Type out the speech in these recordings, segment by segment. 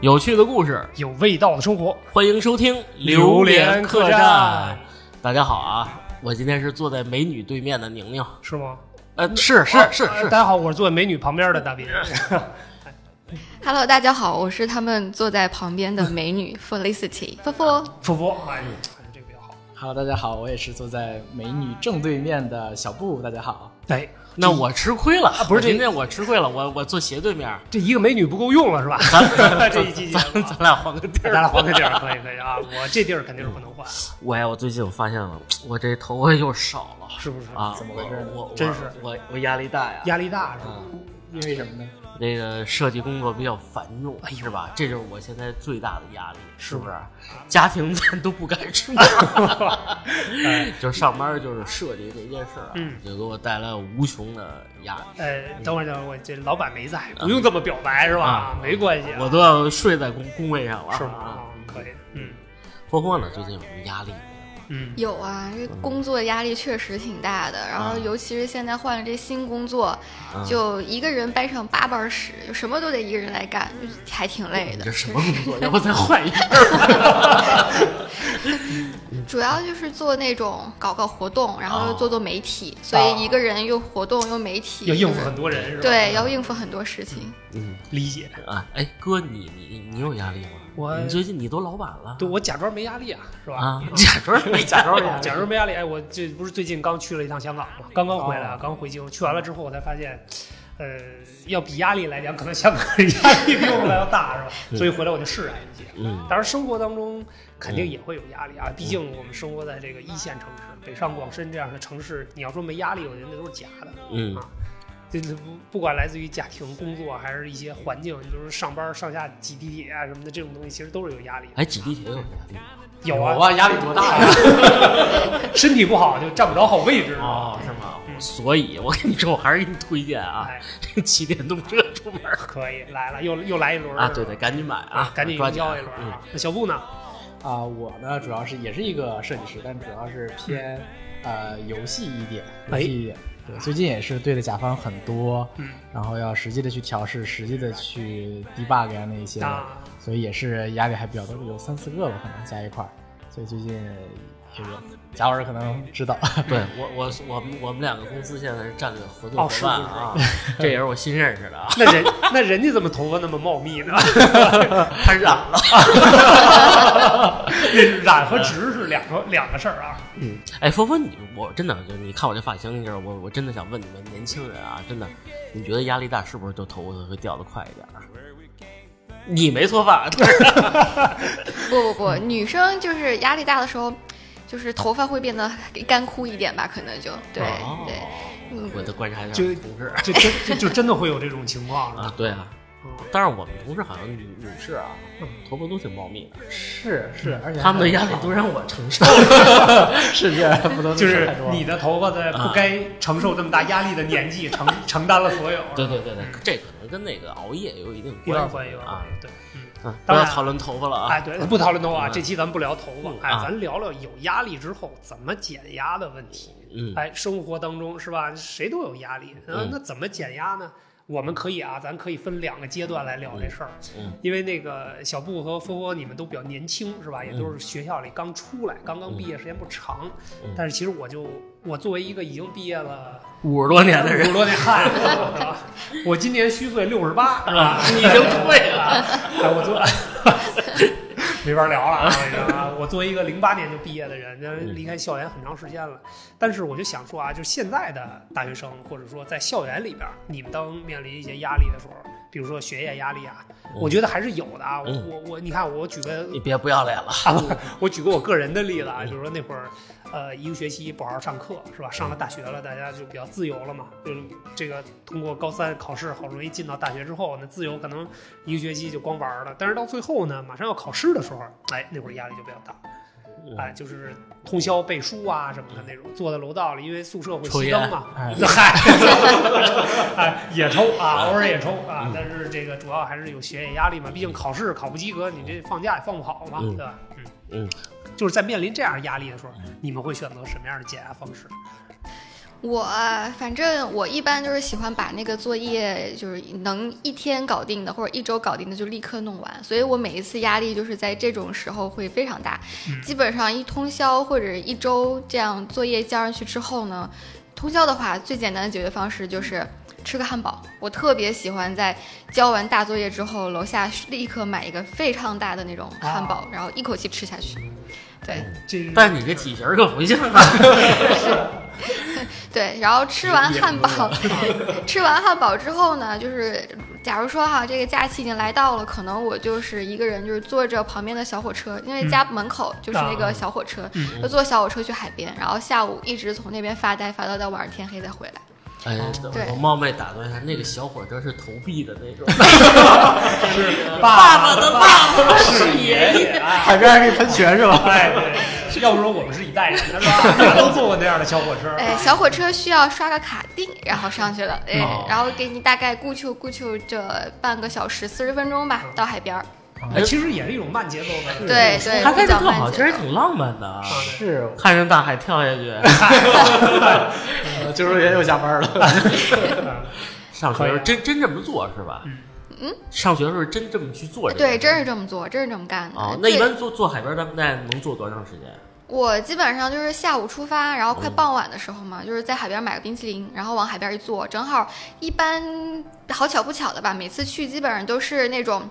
有趣的故事，有味道的生活，欢迎收听《榴莲客栈》。大家好啊，我今天是坐在美女对面的宁宁。是吗？呃，是是啊是啊是大，家好，我是坐在美女旁边的大斌。 Hello，大家好，我是他们坐在旁边的 美女 Felicity，夫妇。福福，哎，这个比较好。 Hello，大家好，我也是坐在美女正对面的小布，大家好。哎，那我吃亏了，不是这今天我吃亏了，我我坐斜对面，这一个美女不够 用了是吧？这一期节咱目啊，咱嗯俩换个地 咱儿。俩换个地儿，可以可以啊。我这地儿肯定是不能换，我呀，我最近我发现了，我这头发又少了是不是？啊，怎么回事呢我我真是我我压力大呀，压力大是吧？因为什么呢？那个设计工作比较繁重，是吧？这就是我现在最大的压力，是哎不是？家庭咱都不敢说， 就是上班就是设计这件事儿啊，嗯就给我带来无穷的压力。呃，等会儿等会儿，我这老板没在，不用这么表白是吧嗯啊？没关系啊，我都要睡在工工位上了。是吗？啊啊，可以，嗯霍霍呢？最近有什么压力？嗯，有啊，这工作压力确实挺大的，然后尤其是现在换了这新工作，啊就一个人掰上八瓣屎，就什么都得一个人来干，就是还挺累你的。嗯这什么工作？要不再换一份儿？主要就是做那种搞搞活动，然啊后又做做媒体，所以一个人又活动又媒体，要应付就是很多人是吧？，对，要应付很多事情。嗯理解。啊，哎哥，你你你有压力吗？我你最近你都老板了对我假装没压力啊，是吧？啊？假 装没假装压力假如没压力，哎，我这不是最近刚去了一趟香港嘛，刚刚回来，啊，刚回京，去完了之后，我才发现，呃，要比压力来讲，可能香港人压力比我们来要大，是吧？所以回来我就释然一些。嗯当然，生活当中肯定也会有压力啊，毕竟我们生活在这个一线城市，北上广深这样的城市，你要说没压力，我觉得那都是假的。嗯啊，就是不不管来自于家庭、工作，还是一些环境，你就是上班上下挤地铁啊什么的，这种东西其实都是有压力的。哎，挤地铁有压力吗？有我啊，哇，压力多大呀！ 身体不好就占不着好位置啊。哦，是吗？所以，我跟你说，我还是给你推荐啊，哎，骑电动车出门儿可以来了，又又来一轮儿啊，是吧哎对对，赶紧买啊，赶紧抓营紧销一轮儿嗯啊。那小布呢？啊、我呢主要是也是一个设计师，但主要是偏呃游戏一点，游戏一点。对，最近也是对着甲方很多，嗯，然后要实际的去调试，实际的去 debug 啊那一些的，啊 所以也是压力还比较多，有三四个吧，可能加一块儿。所以最近这个贾老师可能知道，对我我我们我们两个公司现在是战略合作哦伙是伴啊，这也是我新认识的啊， 那人那人家怎么头发那么茂密呢？他染了。那染和直是两个两个事儿啊。嗯，哎，峰峰，你我真的就你看我这发型那阵儿，我我真的想问你们年轻人啊，真的，你觉得压力大是不是就头发会掉的快一点儿？啊你没脱发，但是不不不，女生就是压力大的时候，就是头发会变得干枯一点吧，可能就对、哦对，嗯，我的观察一下就同事就真就就真的会有这种情况啊，对啊，嗯但是我们同事好像女女士啊，头发都挺茂密的，是是，而且他们的压力都让我承 受了。是这样，不啊能就是太多你的头发在不该承受这么大压力的 年纪承承担了所有，对对对对，这可能跟那个熬夜有一定有关点关系，有点啊关。系。对，嗯，啊，不当要然讨论头发了啊！哎，对，不讨论头发，嗯这期咱们不聊头发嗯，哎，啊咱聊聊有压力之后怎么减压的问题。嗯，哎，生活当中是吧，谁都有压力，呃嗯那怎么减压呢？我们可以啊，咱可以分两个阶段来聊这事儿，嗯因为那个小布和波波你们都比较年轻是吧？也都是学校里刚出来，刚刚毕业时间不长，嗯但是其实我就我作为一个已经毕业了五十多年的五十人，多年汉子是吧？我今年虚岁六 十八是吧？你已经退了。哎，我作 没法聊了啊！我跟你说啊，我作为一个零八年就毕业的人，那嗯离开校园很长时间了。但是我就想说啊，就是现在的大学生，或者说在校园里边，你们当面临一些压力的时候，比如说学业压力啊，我觉得还是有的啊。我嗯我我，你看，我举个你别不要脸了。啊，不 我举个我个人的例子啊，就是说那会儿，呃，一个学期不好好上课是吧？上了大学了，大家就比较自由了嘛。就是这个通过高三考试，好不容易进到大学之后，那自由可能一个学期就光玩儿了。但是到最后呢，马上要考试的时候，哎，那会儿压力就比较大，嗯哎，就是通宵背书啊什么的那种，坐在楼道里，因为宿舍会抽熄烟灯嘛，哎啊嗨， 哎，也抽啊，偶尔也抽啊，但是这个主要还是有学业压力嘛，毕竟考试考不及格，你这放假也放不好嘛，嗯对吧？嗯嗯嗯，就是在面临这样压力的时候，你们会选择什么样的解压方式？我反正我一般就是喜欢把那个作业，就是能一天搞定的或者一周搞定的就立刻弄完，所以我每一次压力就是在这种时候会非常大，基本上一通宵或者一周这样作业交上去之后呢，通宵的话最简单的解决方式就是吃个汉堡。我特别喜欢在交完大作业之后，楼下立刻买一个非常大的那种汉堡，然后一口气吃下去。对，这是但你这体型可不像 啊！对，然后吃完汉堡， 吃完汉堡之后呢，就是假如说哈，这个假期已经来到了，可能我就是一个人，就是坐着旁边的小火车，因为家门口就是那个小火车，嗯就坐小火车去海边，然后下午一直从那边发呆，发到到晚上天黑再回来。哎，哦对我冒昧打断一下，那个小伙车是投币的 那种，爸爸的爸爸是爷爷啊。海边还可以喷泉是吧？哎，对，要不说我们是一代人，是吧？大家都坐过那样的小火车。哎，小火车需要刷个卡定，然后上去了，哎，哦然后给你大概顾秋顾秋这半个小时四十分钟吧，到海边儿。哎，其实也是一种慢节奏的。对对，他在比这较特慢好，节其实奏挺浪漫的啊，是，看着大海跳下去。呃就是也又下班 了。上学的时可以候啊真真这么做是吧？嗯，上学的时候真这么去做这个？对，真是这么做，真是这么干的。哦，那一最般坐坐海边，咱们那能坐多长时间？我基本上就是下午出发，然后快傍晚的时候嘛，就是在海边买个冰淇淋，然后往海边一坐，正好一般好巧不巧的吧，每次去基本上都是那种，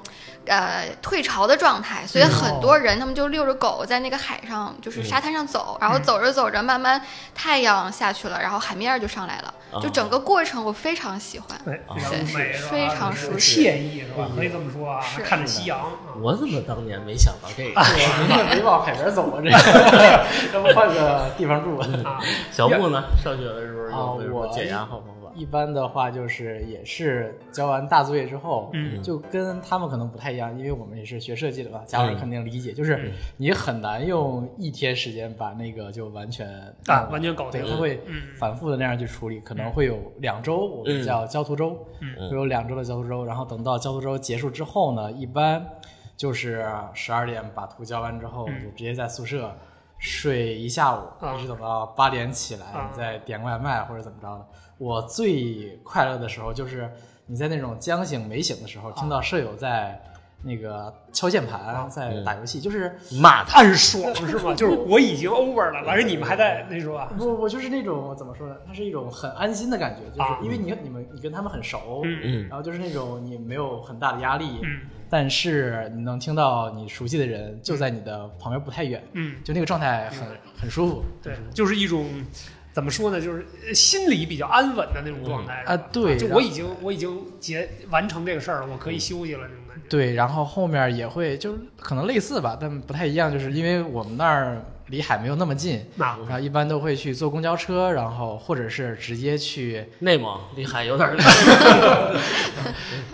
呃，退潮的状态，所以很多人他们就遛着狗在那个海上，就是沙滩上走，然后走着走着，慢慢太阳下去了，然后海面儿就上来了，就整个过程我非常喜欢。哎，非常美，是吧非常舒适惬意，是吧？可以这么说啊，是看着夕阳啊。我怎么当年没想到这个？没往海边走啊，这 个，要不换个地方住吧。啊，小木呢？上学的时候有没有什么啊我解压好方法？一般的话就是也是交完大作业之后，嗯就跟他们可能不太一样，因为我们也是学设计的嘛，家长肯定理解，就是嗯你很难用一天时间把那个就完全啊完全搞定对，他会嗯反复的那样去处理，可能会有两周，我们叫交图周，嗯会有两周的交图周，然后等到交图周结束之后呢，一般就是十二点把图交完之后，嗯就直接在宿舍。睡一下午，啊一直等到八点起来，啊再点外卖或者怎么着的。我最快乐的时候就是你在那种将醒没醒的时啊候，听到舍友在那个敲键盘，在打游戏，就是 骂他，暗爽是 吗？就是我已经 over 了，完事你们还在那说啊，我我就是那种怎么说呢？它是一种很安心的感觉，就啊是因为你你们你跟他们很熟，嗯嗯然后就是那种你没有很大的压力，嗯但是你能听到你熟悉的人就在你的旁边不太远，嗯，就那个状态很很舒服。对，就是一种怎么说呢，就是呃心里比较安稳的那种状态是吧啊对就然后我已经我已经结完成这个事儿了，我可以休息了那种感觉。对，然后后面也会就是可能类似吧，但不太一样，就是因为我们那儿离海没有那么近，那然后一般都会去坐公交车，然后或者是直接去，内蒙离海有点远。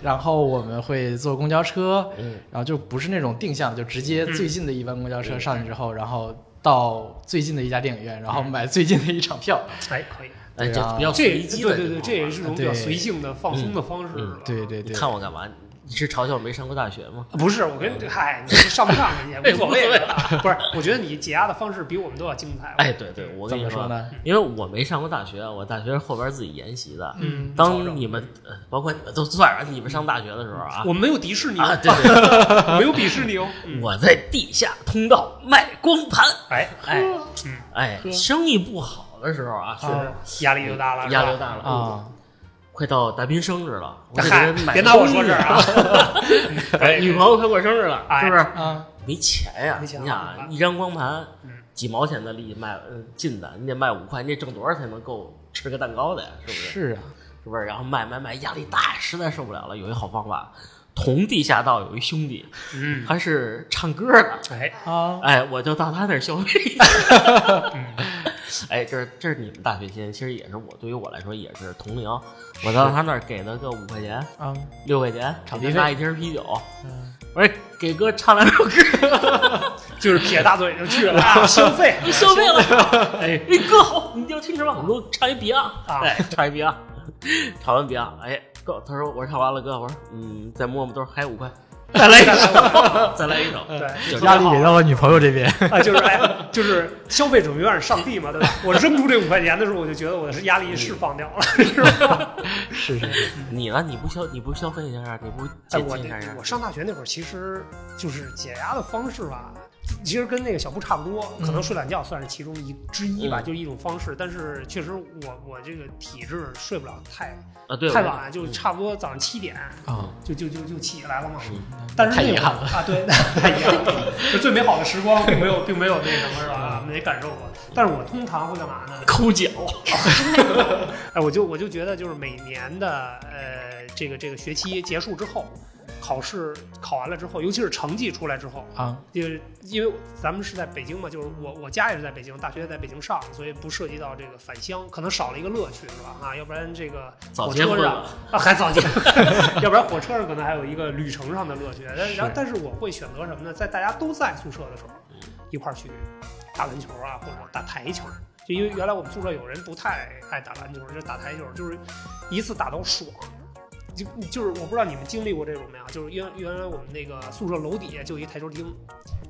然后我们会坐公交车，嗯然后就不是那种定向的，就直接最近的一班公交车上去之后，然后到最近的一家电影院，然后买最近的一场票。哎，可以， 哎，对这啊比较这随也机对的啊对对，嗯这也是一种比较对随性的放松的方式。是吧对对你对，看我干嘛？你是嘲笑我没上过大学吗？不是，我跟你嗨，你上不上人家无所谓啊。不是，我觉得你解压的方式比我们都要精彩。哎，对对，我怎跟你么说说，呢？因为我没上过大学，啊我大学是后边自己研习的。嗯，当你们呃包括你们都算上你们上大学的时候啊，我们没有迪士尼，啊，对对对，我没有鄙视你哦。嗯我在地下通道卖光盘，哎，哎嗯哎，生意不好的时候啊，是是压力就大了，是吧压力大了嗯啊，快到大斌生日了，我给嗨他，买别拿我东说西事儿 啊！哎，女朋友快过生日了，哎是不是？啊，没钱呀、没钱你了怎么想办一张光盘嗯，几毛钱的利益卖呃进的，你得卖五块，你得挣多少才能够吃个蛋糕的呀？是不是？是啊，是不是？然后卖卖卖，压力大，实在受不了了。有一好方法，同地下道有一兄弟，嗯，他是唱歌的，哎，啊，哎，我就到他那儿消费一下。嗯哎，这是这是你们大学期间，其实也是我对于我来说也是同龄。我到他那儿给了个五块钱、啊，六块钱，场给地他费拿一瓶啤酒，嗯我说给哥唱两首歌，就是撇大嘴就去 了啊，消费你消费了。 哎，哎哥好，你就听着吧，我说唱一 Beyond，啊哎，唱一 Beyond，唱完 Beyond，哎，哥，他说我唱完了，哥，我说嗯，在陌陌兜儿还有五块，再来一首，再来一首。对，就特别压力好给到了女朋友这边。啊，就是哎，就是消费者永远是上帝嘛，对吧？我扔出这五块钱的时候，我就觉得我的压力释放掉了，嗯是吧？是是是，你呢？你不消你不消费一下呀？你不哎，借我鉴一下呀我？上大学那会儿，其实就是解压的方式吧，其实跟那个小布差不多，可能睡懒觉算是其中一之一吧，嗯就是一种方式。但是确实我我这个体质睡不了太啊，对，太我晚，就差不多早上七点啊就就就就起来了嘛。嗯但是太那遗会儿憾了啊，对，太遗憾了。就最美好的时光并没有并没有那什么是吧？没感受过。但是我通常会干嘛呢？抠脚。 哎，我就我就觉得就是每年的呃这个这个学期结束之后，考试考完了之后，尤其是成绩出来之后，啊，就是因为咱们是在北京嘛，就是我我家也是在北京，大学也在北京上，所以不涉及到这个返乡，可能少了一个乐趣是吧？啊，要不然这个早火结车婚上了啊还早结， 要不然火车上可能还有一个旅程上的乐趣。但然后是但是我会选择什么呢？在大家都在宿舍的时候嗯，一块儿去打篮球啊，或者打台球。就因为原来我们宿舍有人不太爱打篮球，就打台球，就是一次打到爽。就就是我不知道你们经历过这种没有，就是原原来我们那个宿舍楼底下就有一台球厅，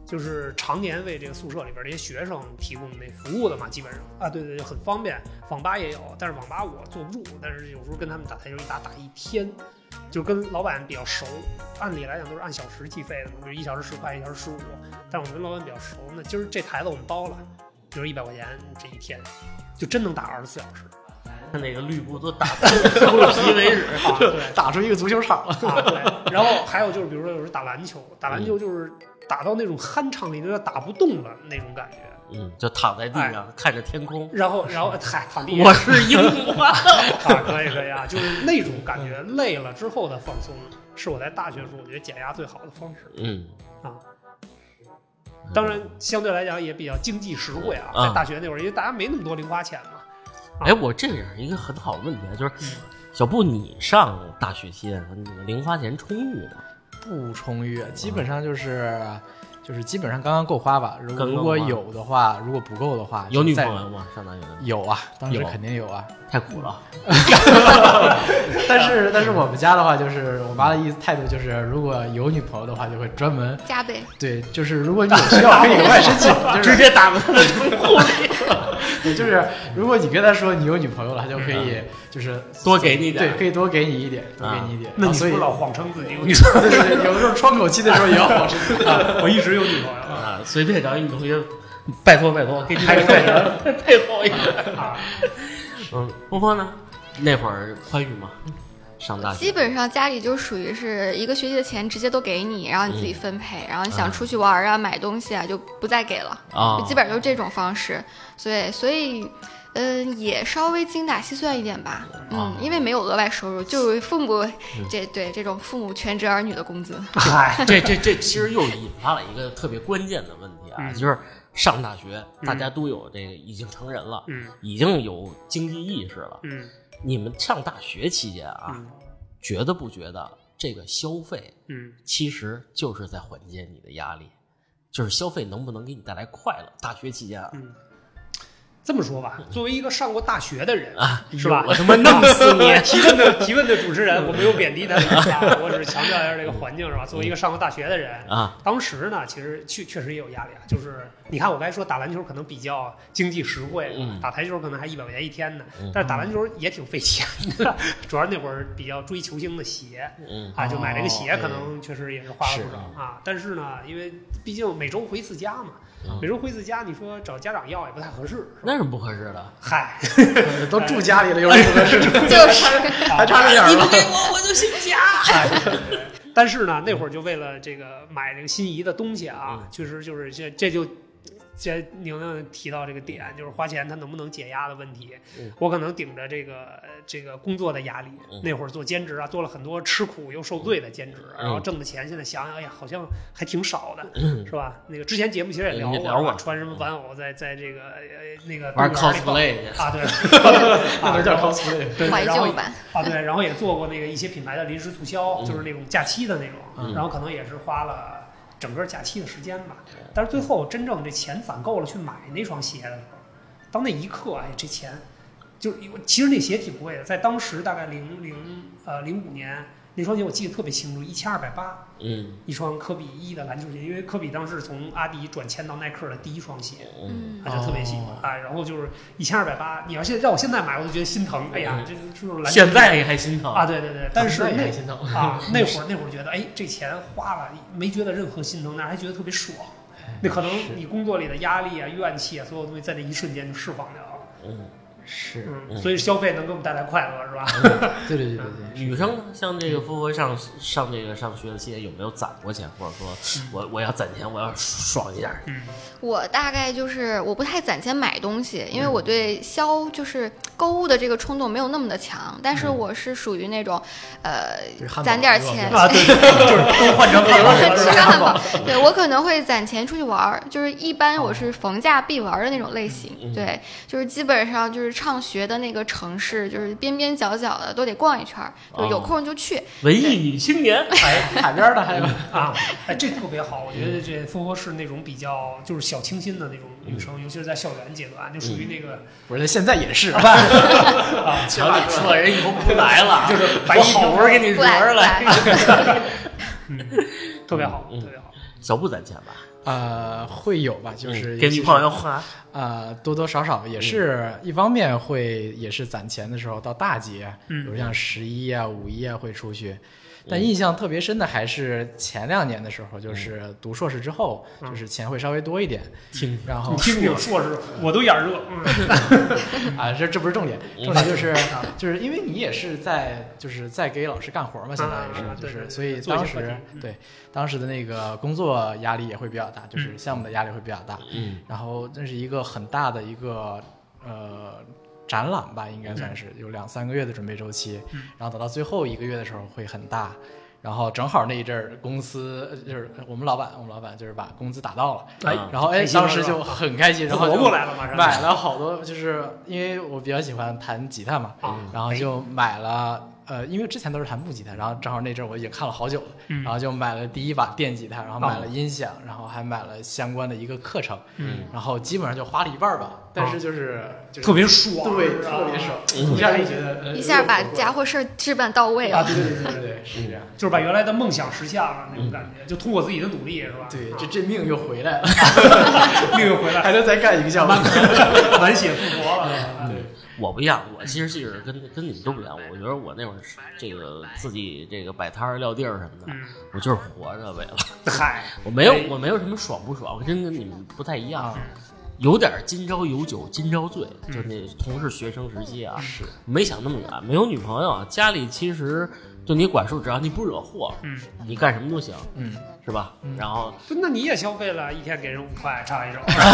就是常年为这个宿舍里边这些学生提供那服务的嘛，基本上啊，对对对，很方便。网吧也有，但是网吧我坐不住，但是有时候跟他们打台球一打打一天，就跟老板比较熟。按理来讲都是按小时计费的嘛，比如一小时十块，一小时十五。但是我们跟老板比较熟，那今儿这台子我们包了，比如一百块钱这一天，就真能打二十四小 时。看那个绿布都打秃了皮为止。啊，对，打出一个足球场了。啊，对。然后还有就是，比如说有时候打篮球，打篮球就是打到那种酣畅淋漓的打不动了那种感觉。嗯，就躺在地上看着天 空。然后，然后嗨，躺地我上是樱花。啊，可以可以啊，就是那种感觉，累了之后的放松，是我在大学时候我觉得解压最好的方式嗯，啊。当然，相对来讲也比较经济实惠啊，嗯在大学那会儿，因为大家没那么多零花钱嘛。哎，我这也是一个很好的问题啊，就是小布，你上大学期间，你的零花钱充裕吗？不充裕，嗯基本上就是就是基本上刚刚够花吧。如果刚刚如够花果有的话，如果不够的话，有女就朋再友吗？上大学的有啊，当时有肯定有 啊。太苦了。但是但是我们家的话，就是我妈的意思态度就是，如果有女朋友的话，就会专门加倍。对，就是如果你有需要可以额外申请，就是接打到他的窗户里， 对，就是如果你跟她说你有女朋友了，她就可嗯以就是多给你点对，儿。可以多给你一点，啊多给你一点。那然后你所是不以是老谎称自己有女对对对，有的时候窗口期的时候也啊要 保持。朋友？我一直有女朋友 啊，啊随便找一女同学，拜托拜托，给你拍拍个个照照片片， 配合一下。啊，嗯，波波呢？那会儿宽裕吗？上大 基学本上家里就属于是一个学期的钱直接都给你，然后你自己分配，然后你想出去玩啊、买东西啊就不再给了，啊哦就，基本上就是这种方式。所以，所以，嗯、也稍微精打细算一点吧。嗯，哦啊因为没有额外收入，就是父母、嗯这对这种父母全职儿女的工 资。嗨，这这这其实又引发了一个特别关键的问题啊，嗯就是上大学嗯大家都有这个已经成人了，嗯已经有经济意识了。嗯你们上大学期间啊，嗯觉得不觉得这个消费嗯，其实就是在缓解你的压力？就是消费能不能给你带来快乐？大学期间啊，嗯，这么说吧，作为一个上过大学的人啊是吧？我他妈弄死你！提问的提问的主持人，我没有贬低他的意思 啊，我只是强调一下这个环境是吧？作为一个上过大学的人，啊，当时呢，其实确确实也有压力啊。就是你看，我刚才说打篮球可能比较经济实惠，嗯打台球可能还一百块钱一天呢，嗯但是打篮球也挺费钱的， 主要那会儿比较追球星的鞋。嗯啊，就买这个鞋，哦可能确实也是花了不是少啊。但是呢，因为毕竟每周回一次家嘛，嗯每周回一次家，你说找家长要也不太合适，是吧？那是不合适的。嗨，都住家里了，有什么事？ 就是还差这点儿了。我我就姓贾。但是呢，那会儿就为了这个买这个心仪的东西啊，嗯确实就是这这就。这宁宁提到这个点，就是花钱它能不能解压的问题。嗯我可能顶着这个呃这个工作的压力，嗯那会儿做兼职啊，做了很多吃苦又受罪的兼职，嗯然后挣的钱现在想想，哎呀，好像还挺少的，嗯是吧？那个之前节目其实也聊也过，聊过嗯是吧穿什么玩偶在在这个呃那个 玩动物园里逛 cosplay 去啊，对， 那能叫 cosplay 吗对，怀然后旧版。啊，对，然后也做过那个一些品牌的临时促销，嗯就是那种假期的那种，嗯然后可能也是花了整个假期的时间吧。嗯但是最后真正这钱攒够了去买那双鞋的时候，到那一刻，哎，这钱就其实那鞋挺贵的，在当时大概零零呃零五年。那双鞋我记得特别清楚，一千二百八，嗯一双科比一的篮球鞋，因为科比当时是从阿迪转签到耐克的第一双鞋，嗯，嗯他就特别喜欢啊。然后就是一千二百八，你要现在让我现在买，我就觉得心疼。哎呀嗯，这是这是篮球现在也还心疼啊，，对对对，但是现在也那还心疼 啊，那会儿那会儿觉得，哎，这钱花了没觉得任何心疼，但是还觉得特别爽。那可能哎是你工作里的压力啊、怨气啊，所有东西在那一瞬间就释放掉了。嗯是嗯，所以消费能给我们带来快乐，是吧？对对对对对，女生呢，像这个复活上上这个上学的期间有没有攒过钱，或者说我我要攒钱，我要爽一下？嗯，我大概就是我不太攒钱买东西，因为嗯我对消就是购物的这个冲动没有那么的强，但是我是属于那种，呃嗯就是汉，堡攒点儿是吧钱，啊，对，就是都换 成别人了，是 吃吧？汉堡。对我可能会攒钱出去玩儿，就是一般我是逢假必玩儿的那种类型。哦嗯对，就是基本上就是上学的那个城市，就是边边角角的都得逛一圈儿，就有哦空就去。文艺女青 年， 海边的嗯还有 啊，哎，这特别好，我觉得这复活是那种比较就是小清新的那种女嗯生，尤其是在校园阶段，就属于那个不是现在也是，啊，瞧你 说人以后不来了， 就是白我衣好不容易给你不轮来儿不来了。 特别好，嗯特别好。小布攒钱吧， 呃，会有吧，嗯就是给女嗯朋友嗯花，呃，多多少少也是一方面会也是攒钱的时候到大节，嗯比如像十一啊、五一啊会出去。嗯但印象特别深的还是前两年的时候，就是读硕士之后，嗯就是钱会稍微多一点。听然后你听听硕士，我都眼热。嗯 啊，这这不是重点，嗯重点就是就是因为你也是在就是在给老师干活嘛，相当于啊对是，就对是对所以做一当些课题时嗯对当时的那个工作压力也会比较大，就是嗯项目的压力会比较大。嗯然后这是一个很大的一个呃展览吧，应该算是有两三个月的准备周期，嗯然后等到最后一个月的时候会很大。然后正好那一阵儿，公司呃就是我们老板，我们老板就是把工资打到了，哎啊然后哎，开心了当时是吧就很开心，然后活就过来了，马上买了好多，就是因为我比较喜欢弹吉他嘛，啊，然后就买了，呃，因为之前都是弹木吉他，然后正好那阵儿我已经看了好久了，嗯啊然后就买了第一把电吉他，然后买了音响，然后还买了相关的一个课程，嗯，然后基本上就花了一半儿吧，但是就是、就是特别爽，对是吧特别爽，嗯一下就觉得、呃一 下把又活过来家伙事儿置办到位啊，了。对对对对对，是这样，就是把原来的梦想实现了那种感觉，就通过自己的努力，是吧？嗯对，啊这这命又回来了，命运回来，还能再干一个项目， 满血复活了。嗯啊对，我不一样，我其实是跟跟你们都不一样。我觉得我那会儿是这个自己这个摆摊儿撂地儿什么的，嗯，我就是活着为了，嗨，我没有哎我没有什么爽不爽，我真跟你们不太一样，有点儿今朝有酒今朝醉，嗯就那同是学生时期啊，是没想那么远，没有女朋友，啊家里其实对你管束，只要你不惹祸，嗯，你干什么都行，嗯，是吧？然后 不那你也消费了一天，给人五块，唱一 首。哎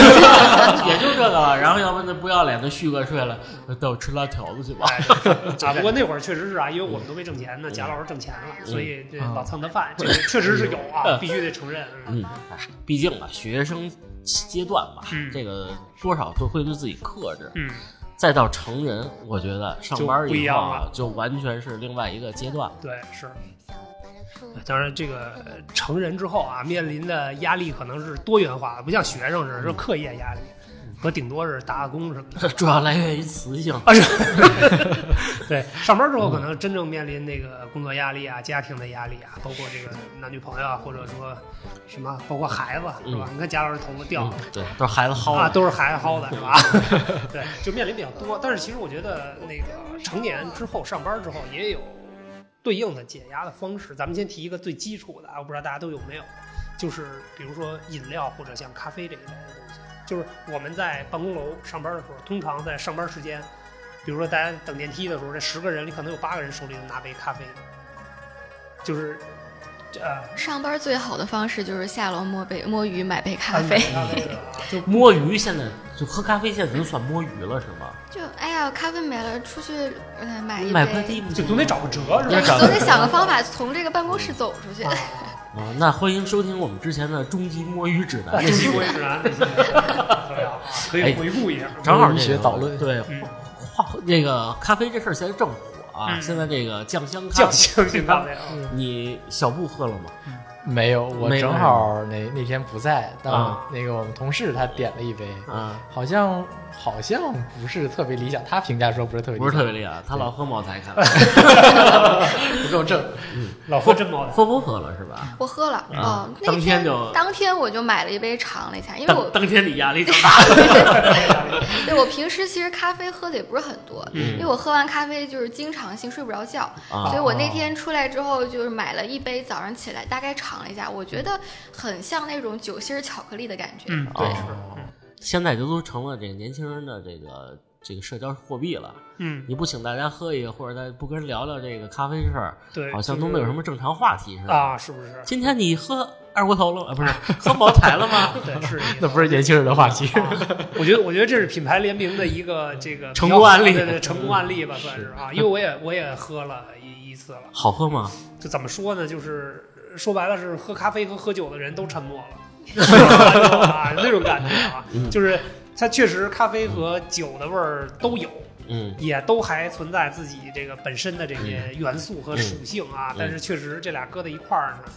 也就这个了，然后要不然那不要脸的旭哥睡了，带我吃拉条子去吧。哎 啊，不过那会儿确实是啊，因为我们都没挣钱呢，贾老师挣钱了，所以这嗯老蹭他饭，这个确实是有啊， 必须得承认。嗯嗯，哎毕竟吧，学生阶段吧，嗯这个多少都会对自己克制。嗯，再到成人，我觉得上班就不一以样后啊了，就完全是另外一个阶段。对，是。当然，这个呃成人之后啊，面临的压力可能是多元化的，不像学生似的，是嗯课业压力，和顶多是打打工什么的。 主要来源于雌性，啊，是。 对，上班之后可能真正面临那个工作压力啊、家庭的压力啊，包括这个男女朋友啊，或者说什么，包括孩子是吧？你看贾老师头发掉嗯了，对，都是孩子薅啊，的。都是孩子薅的是 吧？对，就面临比较多。但是其实我觉得那个成年之后上班之后也有对应的解压的方式。咱们先提一个最基础的啊，我不知道大家都有没有，就是比如说饮料或者像咖啡这一类的东西。就是我们在办公楼上班的时候，通常在上班时间，比如说大家等电梯的时候，这十个人里可能有八个人手里拿杯咖啡，就是这呃 上班最好的方式就是下楼摸杯摸鱼买杯咖啡。咖啡的啊就摸鱼现在就喝咖啡，现在能算摸鱼了是吗？就哎呀，咖啡没了，出去嗯买一买块杯地。不 就总得找个辙是吧？对，总得想个方法从这个办公室走出去。啊，那欢迎收听我们之前的终极摸鱼指南 啊，。中国指南，可以啊，可以回顾一下。正好这文个学导论对，嗯话那个咖啡这事儿现在正火啊，嗯现在这个酱香咖酱啡香型咖啡啊，你小布喝了吗？没有，我没正有好那那天不在，但啊那个我们同事他点了一杯，啊，好像好像不是特别理想，他评价说不是特别理不想，是特别厉害，他老喝茅台看，不够正。老喝真茅台，喝不喝了是吧？ 我喝了，啊嗯，那当天天就当天我就买了一杯尝了一下，因为我当当天你压力大，对我平时其实咖啡喝的也不是很多，嗯因为我喝完咖啡就是经常性睡不着觉，哦啊所以我那天出来之后就是买了一杯，早上起来大概尝了一下，我觉得很像那种酒心儿巧克力的感觉。嗯，对，哦是，现在就都成了这个年轻人的这个这个社交货币了。嗯，你不请大家喝一个，或者咱不跟人聊聊这个咖啡事儿，对，好像就都是没有什么正常话题似的。啊，是不是？今天你喝二锅头了吗？啊不是喝茅台了 吗？对，是这意思 那不是年轻人的话题，啊我觉得，我觉得这是品牌联名的一个这个成功案例比较对对对成功案例吧，算是啊。因为我也我也喝了一一次了，好喝吗？就怎么说呢，就是说白了是喝咖啡和喝酒的人都沉默了， 啊，那种感觉啊，就是它确实咖啡和酒的味儿都有。嗯，也都还存在自己这个本身的这些元素和属性啊，嗯但是确实这俩搁在一块儿呢，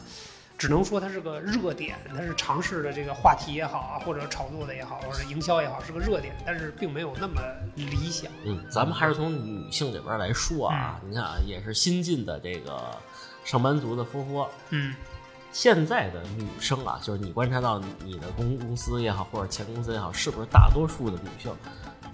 只能说它是个热点，它是尝试的这个话题也好啊，或者炒作的也好，或者营销也好，是个热点，但是并没有那么理想。嗯，咱们还是从女性这边来说啊，嗯你看啊，也是新进的这个上班族的风波。嗯现在的女生啊，就是你观察到你的公公司也好，或者前公司也好，是不是大多数的女性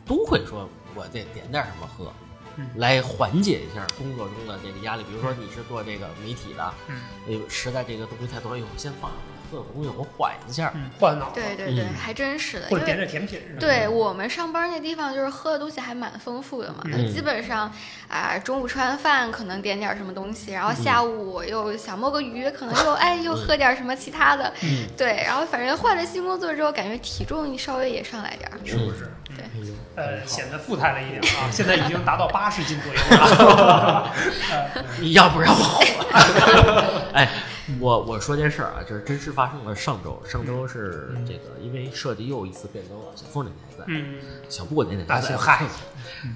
都会说，我得点点什么喝嗯，来缓解一下工作中的这个压力？比如说你是做这个媒体的，嗯哎呦，实在这个东西太多，哎呦，我先放喝个东西，我缓一下。嗯，换脑子对对对，嗯还真是的，或者因为点点甜品什么的。对我们上班那地方，就是喝的东西还蛮丰富的嘛，嗯基本上啊、中午吃完饭可能点点儿什么东西，然后嗯下午我又想摸个鱼，可能又哎又喝点儿什么其他的，嗯对，然后反正换了新工作之后，感觉体重稍微也上来点儿。是不是？对嗯，呃，显得富态了一点啊，现在已经达到八十斤左右了。你哎要不然我， 哎，我我说件事儿啊，这是真实发生了。上周，上周是这个，因为设计又有一次变更了，小凤那天还在，嗯，小布那天还啊，在，行，嗨，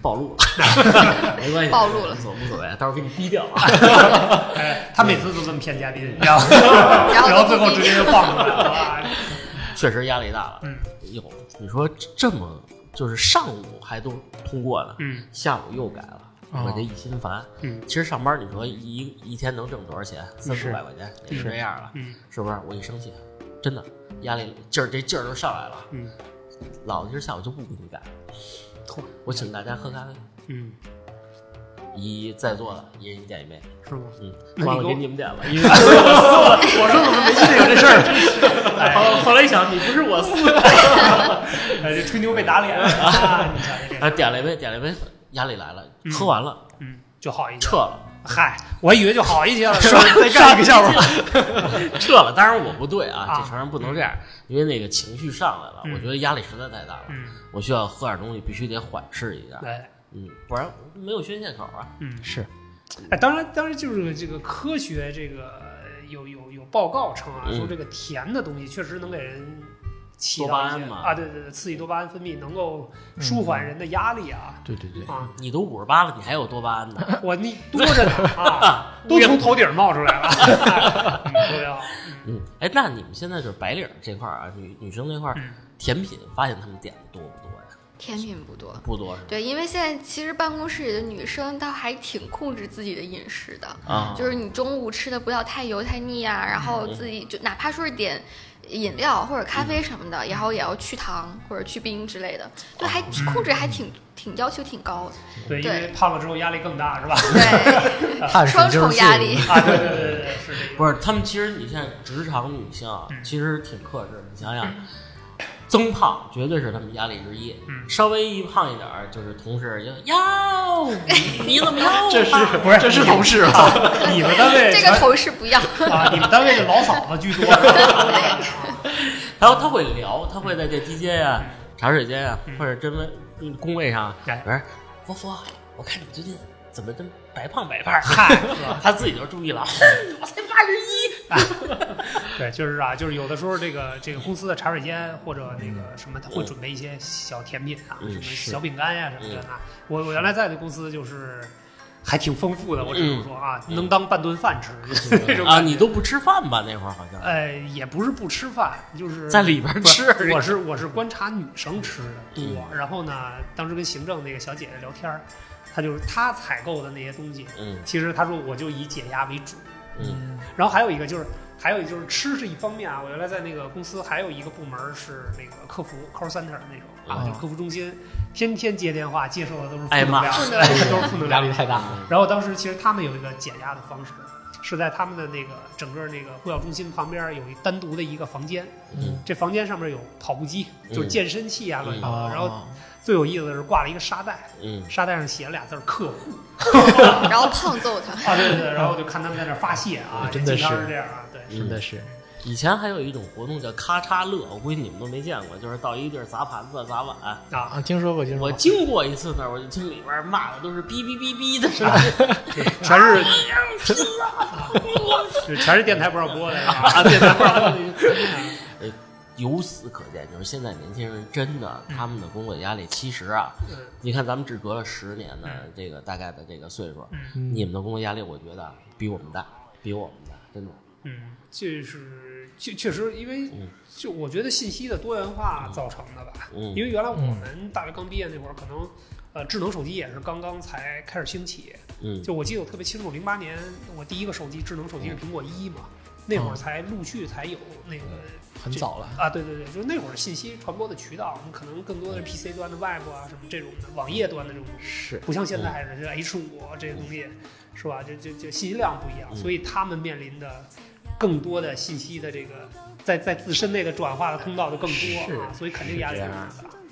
暴露 了，没关系，暴露了无所无所谓，到时候给你逼掉嗯啊。 哎，他每次都这么骗嘉宾，然后 然后然后都最不后逼直接就放出来了啊。 确实压力大了。嗯，有你说这么就是上午还都通过呢，嗯，下午又改了。哦我这一心烦，嗯其实上班你说一一天能挣多少钱？三四是百块钱也是这样了，嗯是不是？我一生气，真的压力劲儿，这劲儿就上来了。嗯老子今儿下午就不给你改，嚯我请大家喝咖啡，嗯，一在座的一人点一杯，是吗？嗯，那你忘了给给我你们点了，因 为我说怎么没记得有这事儿？后后来一想，你不是我撕的，哎，这吹牛被打脸啊！你瞧这啊，个，点了一杯，点了一杯，压力来了，喝完了。嗯，就好一些撤。了， 嗨，我以为就好一些了。再干一个笑话。 撤了。当然我不对啊，啊这常人不能这样，因为那个情绪上来了，嗯我觉得压力实在太大了，嗯，我需要喝点东西，必须得缓释一下，哎，嗯，不然没有宣泄口啊。嗯， 是，哎，当然，当然，就是这个科学这个呃有有有报告称啊，嗯说这个甜的东西确实能给人起多到巴一些胺嘛啊，对对对，刺激多巴胺分泌，能够嗯舒缓人的压力啊对对对，啊！你都五十八了，你还有多巴胺呢？ 我你多着呢 啊，都从头顶儿冒出来了，嗯特别好。嗯，哎，那你们现在就是白领这块儿啊，女女生这块儿嗯，甜品发现他们点的多不多呀？甜品不多，不多是吧？对，因为现在其实办公室里的女生倒还挺控制自己的饮食的，啊，就是你中午吃的不要太油太腻啊，然后自己就哪怕说是点饮料或者咖啡什么的，然后也要去糖或者去冰之类的，就哦还挺控制还挺挺要求挺高的， 对，因对为胖了之后压力更大，是吧？对，碳水双就是重罪压 力。啊，对对对对对，是这个。不是，他们其实你现在职场女性啊，嗯其实挺克制。你想想，增胖绝对是他们压力之一。嗯稍微一胖一点儿，就是同事就哟，你怎么 啊又胖？这是不是这是同事啊？啊你们单位 这个同事不 要，啊，你们单位的老嫂子居多。啊然后他会聊，他会在这梯间呀、茶水间呀、或者真位嗯工位上，嗯哎不是佛佛，我看你最近怎么这么白胖白胖？嗨， 他自己就注意了，我才八十一。 对，就是啊，就是有的时候这个这个公司的茶水间或者那个什么，他会准备一些小甜品啊，嗯什么啊是嗯小饼干呀、什么的呢。我我原来在的公司就是。还挺丰富的。我只能说啊，能当半顿饭吃。 这种嗯啊，感觉你都不吃饭吧？那会儿好像呃，也不是不吃饭，就是在里边 不吃而已我是我是观察女生吃的嗯多，然后呢，当时跟行政那个小姐姐聊天儿，她就是她采购的那些东西，嗯其实她说我就以解压为主。嗯然后还有一个就是，还有就是吃是一方面啊，我原来在那个公司还有一个部门是那个客服 call center 那种哦啊，嗯就客服中心，天天接电话，接受的都是负挨能骂量， 哎负能都是负能嗯压 量力。太大了。然后当时其实他们有一个解压的方式，是在他们的那个整个那个呼叫中心旁边有一单独的一个房间，嗯这房间上面有跑步机，就是健身器啊，乱七八糟。啊，然后最有意思的是挂了一个沙袋，嗯，沙袋上写了俩字儿“客户然后胖揍他”。。啊，对对对，然后就看他们在那儿发泄啊，真的经常是是这样啊，对。真的是，以前还有一种活动叫咔嚓乐，我估计你们都没见过，就是到一个地儿砸盘子、砸碗。啊啊，，听说过，听说我过。经过一次那儿，我就听里边骂的都是哔哔哔哔的声音，全是，啊 就全是电台不让播的啊，电台不让 播的。呃， 由此可见，就是现在年轻人真的他们的工作压力，其实啊，你看咱们只隔了十年的这个大概的这个岁数，嗯你们的工作压力，我觉得比我们大，比我们大，真的。嗯，就是确确实，因为就我觉得信息的多元化造成的吧，嗯因为原来我们大学刚毕业那会儿，可能呃智能手机也是刚刚才开始兴起，嗯就我记得我特别清楚，零八年我第一个手机智能手哦机是苹果一嘛，那会儿才陆续才有那个呃很这早了啊，对对对，就是那会儿信息传播的渠道，可能更多的是 PC 端的 Web 啊什么这种的网页端的这种东西，是不像现在是哦这 H 五啊这些东嗯西是吧？就就就信息量不一样，所以他们面临的更多的信息的这个在在自身内的转化的通道就更多啊，所以肯定压力很大。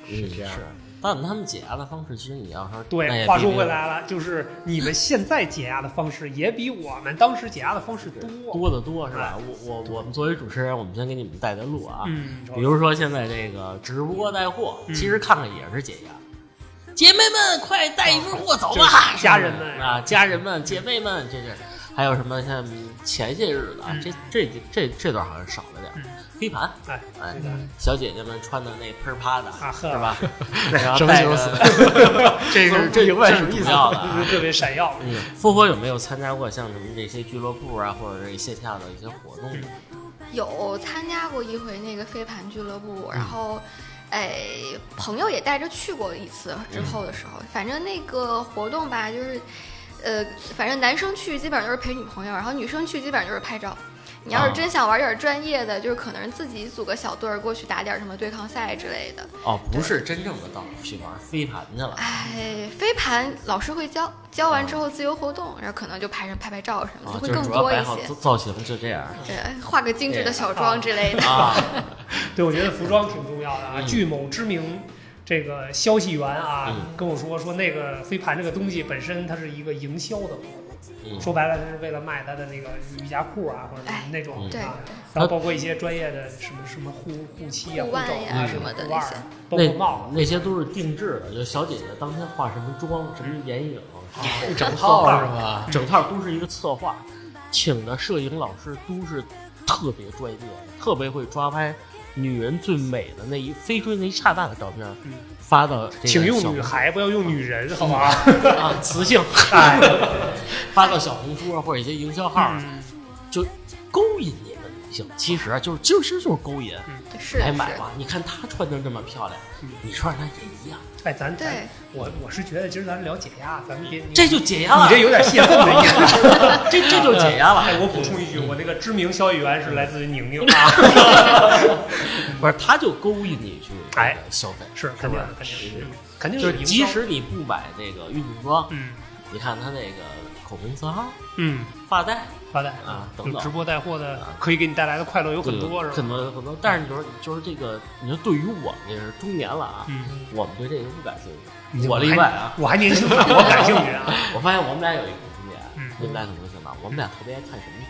是这样是，但他们解压的方式，其实你要说那对，也话比说那回个来了，就是你们现在解压的方式也比我们当时解压的方式多。多得多是吧？我我我们作为主持人，我们先给你们带带路啊。嗯，你说比如说现在这个直播带货，其嗯实看看也是解压。姐妹们，快带一份货走吧！就是家人们啊，家人们、姐妹们，这是还有什么？像前些日子啊，这这这这段好像少了点儿嗯。飞盘，哎，哎对的，小姐姐们穿的那喷儿啪的，啊呵是 吧？然后什么带意着思， 这是这明白这什是么意主思要的啊就是。特别闪耀。嗯，复活有没有参加过像什么这些俱乐部啊，或者是线下的一些活动嗯呢？有参加过一回那个飞盘俱乐部，嗯然后，哎，朋友也带着去过一次。之后的时候，嗯反正那个活动吧，就是，呃，反正男生去基本上就是陪女朋友，然后女生去基本上就是拍照。你要啊是真想玩点专业的，就是可能自己组个小队儿过去打点什么对抗赛之类的。哦，不是真正的到处去玩飞盘去了。哎，飞盘老师会教，教完之后自由活动，然后可能就拍人拍拍照什么啊，就的，会是更主要多一摆好些造。造型，就这样 对，画个精致的小妆之类的。啊。对，我觉得服装挺重要的啊。嗯据某知名这个消息源啊、嗯跟我说，说那个飞盘这个东西本身它是一个营销的活动，嗯说白了它是为了卖它的那个瑜伽裤啊或者哎那种、嗯对啊对，然后包括一些专业的什么什么护护膝啊、护护腕肘呀什什么么的护腕那儿些，包括帽那。那些都是定制的，就小姐姐当天化什么妆、什么眼影，一整套是吧？嗯哦哦整套都是一个策划，请的摄影老师都是特别专业，特别会抓拍女人最美的那一非追那一刹那的照片，发到嗯这个请小用女孩，不要用女人，好吗？啊，雌 性，哎，发到小红书啊或者一些营销号上， 嗯就勾引你们女性。其实啊，就是嗯其实就是嗯勾引，对是来是。哎买吧。你看她穿的这么漂亮，你穿上它也一样，哎，咱咱对我我是觉得今儿咱聊解压，咱们别这就解压你了。 这有点泄愤的意思。 这这就解压了。 哎，我补充一句，我那个知名消息源是来自于宁宁啊，不是，他就勾引你去哎消费， 是肯是不定是的，？肯定是，嗯肯定就是是营即销，使你不买这个运动装，嗯你看他那个口红色号、嗯，发带发带啊等就等啊直播带货的可以给你带来的快乐有很多，是很吧？多很多。但是你说就是这个，你说对于我们这是中年了啊，嗯，我们对这个不感兴你趣。我例外啊，我还，我还年轻呢，我感兴趣啊。 我发现我们俩有一个共同点嗯，你们俩可能不行吧？我们俩特别爱看什么？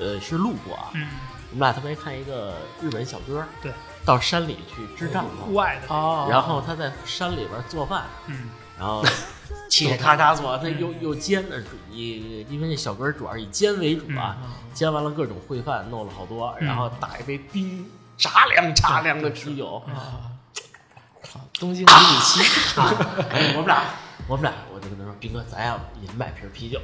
呃，是路过啊，嗯，我们俩特别爱看一个日本小哥，对，到山里去支帐户篷，外的，哦然后他在山里边做饭，嗯，然后切咔咔做，他又又煎的，以因为那小哥主要是以煎为主啊，煎完了各种烩饭，弄了好多，然后打一杯冰茶凉茶 凉的啤酒，东京五米七，哎我们俩我们俩我就跟他说，斌哥，咱俩也买瓶啤酒。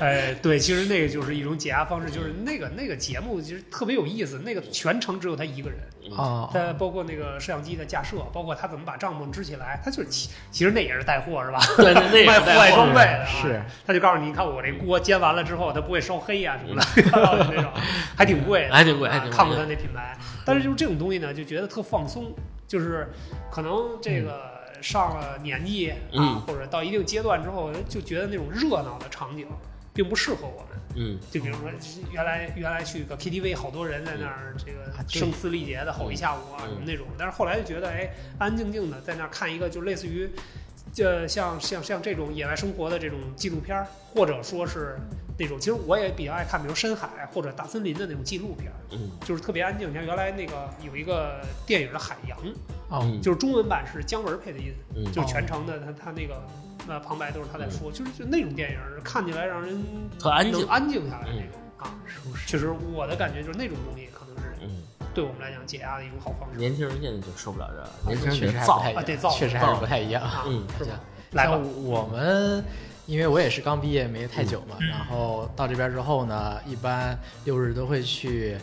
哎，对，其实那个就是一种解压方式，就是那个那个节目其实特别有意思，那个全程只有他一个人，啊，但包括那个摄像机的架设，包括他怎么把帐篷支起来，他就是其其实那也是带货是吧？对， 那那卖户外也装备备。的啊是，他就告诉你，你看我这锅煎完了之后，它不会烧黑呀、什么的，嗯 那种还挺贵 的，还挺贵啊还挺贵看过他那品牌，但是就是这种东西呢，就觉得特放松，就是可能这嗯个。上了年纪啊，嗯或者到一定阶段之后，就觉得那种热闹的场景并不适合我们。嗯，就比如说，原来原来去个 KTV，好多人在那儿这个啊对声嘶力竭的吼一下午啊嗯什么那种，但是后来就觉得，哎，安安静静的在那儿看一个，就类似于，呃，像像像这种野外生活的这种纪录片儿，或者说是那种，其实我也比较爱看，比如深海或者大森林的那种纪录片儿，嗯就是特别安静。你看原来那个有一个电影的《海洋》，哦，就是中文版是姜文配的音，嗯就是全程的他他那个呃旁白都是他在说，就是就那种电影儿看起来让人特安静能安静下来那嗯种啊。确实，我的感觉就是那种东西可能是嗯，对我们来讲解压的一种好方式年轻人现在就受不了这，个，年轻确人实得还造不。太啊，一样，得造确实还是不太一样。啊，嗯是吧像？来吧，像我们，因为我也是刚毕业没太久嘛，嗯然后到这边之后呢，一般六日都会去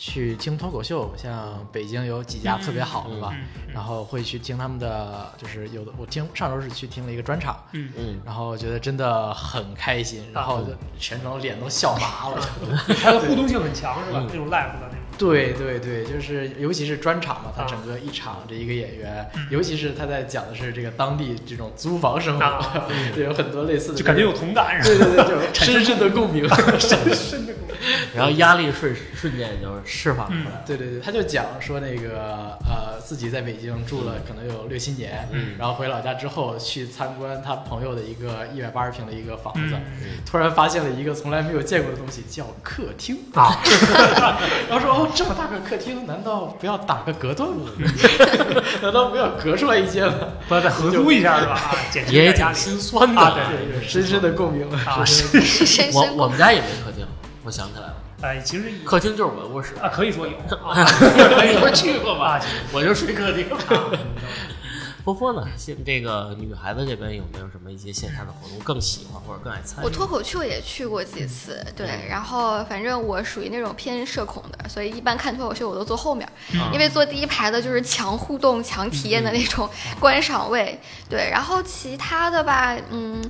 去听脱口秀，像北京有几家特别好的吧，嗯嗯然后会去听他们的，就是有的我听上周是去听了一个专场，嗯， 嗯，然后觉得真的很开心，然后就全程脸都笑麻了。 它的互动性很强是吧嗯？那种 live 的那种，对对对，就是尤其是专场嘛，他啊整个一场这一个演员，嗯尤其是他在讲的是这个当地这种租房生活，啊就 有很多类似的就这种，感觉有同感是对 吧？对对，就是深深的共鸣。 深深的共鸣然后压力瞬瞬间就释放出来。对对对，他就讲说那个呃，自己在北京住了可能有六七年，嗯然后回老家之后去参观他朋友的一个一百八十平的一个房子，嗯突然发现了一个从来没有见过的东西，叫客厅。啊， 然后说哦，这么大个客厅，难道不要打个隔断吗？难道不要隔出来一间吗？不要再合租一下是吧？啊，减轻也点挺压力。心酸的。嗯啊对对对，深深的共鸣。啊，深深是是，深我深我共们家也没客厅，我想起来了，哎，其嗯实也客厅就是我的卧室。啊，可以说有啊， 你不是去过吗啊？我就睡客厅。波波呢？现这个女孩子这边有没有什么一些线下的活动更喜欢或者更爱参与？我脱口秀也去过几次，对，然后反正我属于那种偏社恐的，所以一般看脱口秀我都坐后面儿，因为坐第一排的就是强互动、强体验的那种观赏位，对，然后其他的吧，嗯，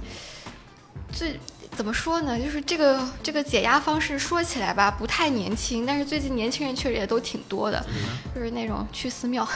最。怎么说呢？就是这个这个解压方式说起来吧，不太年轻，但是最近年轻人确实也都挺多的，就是那种去寺庙，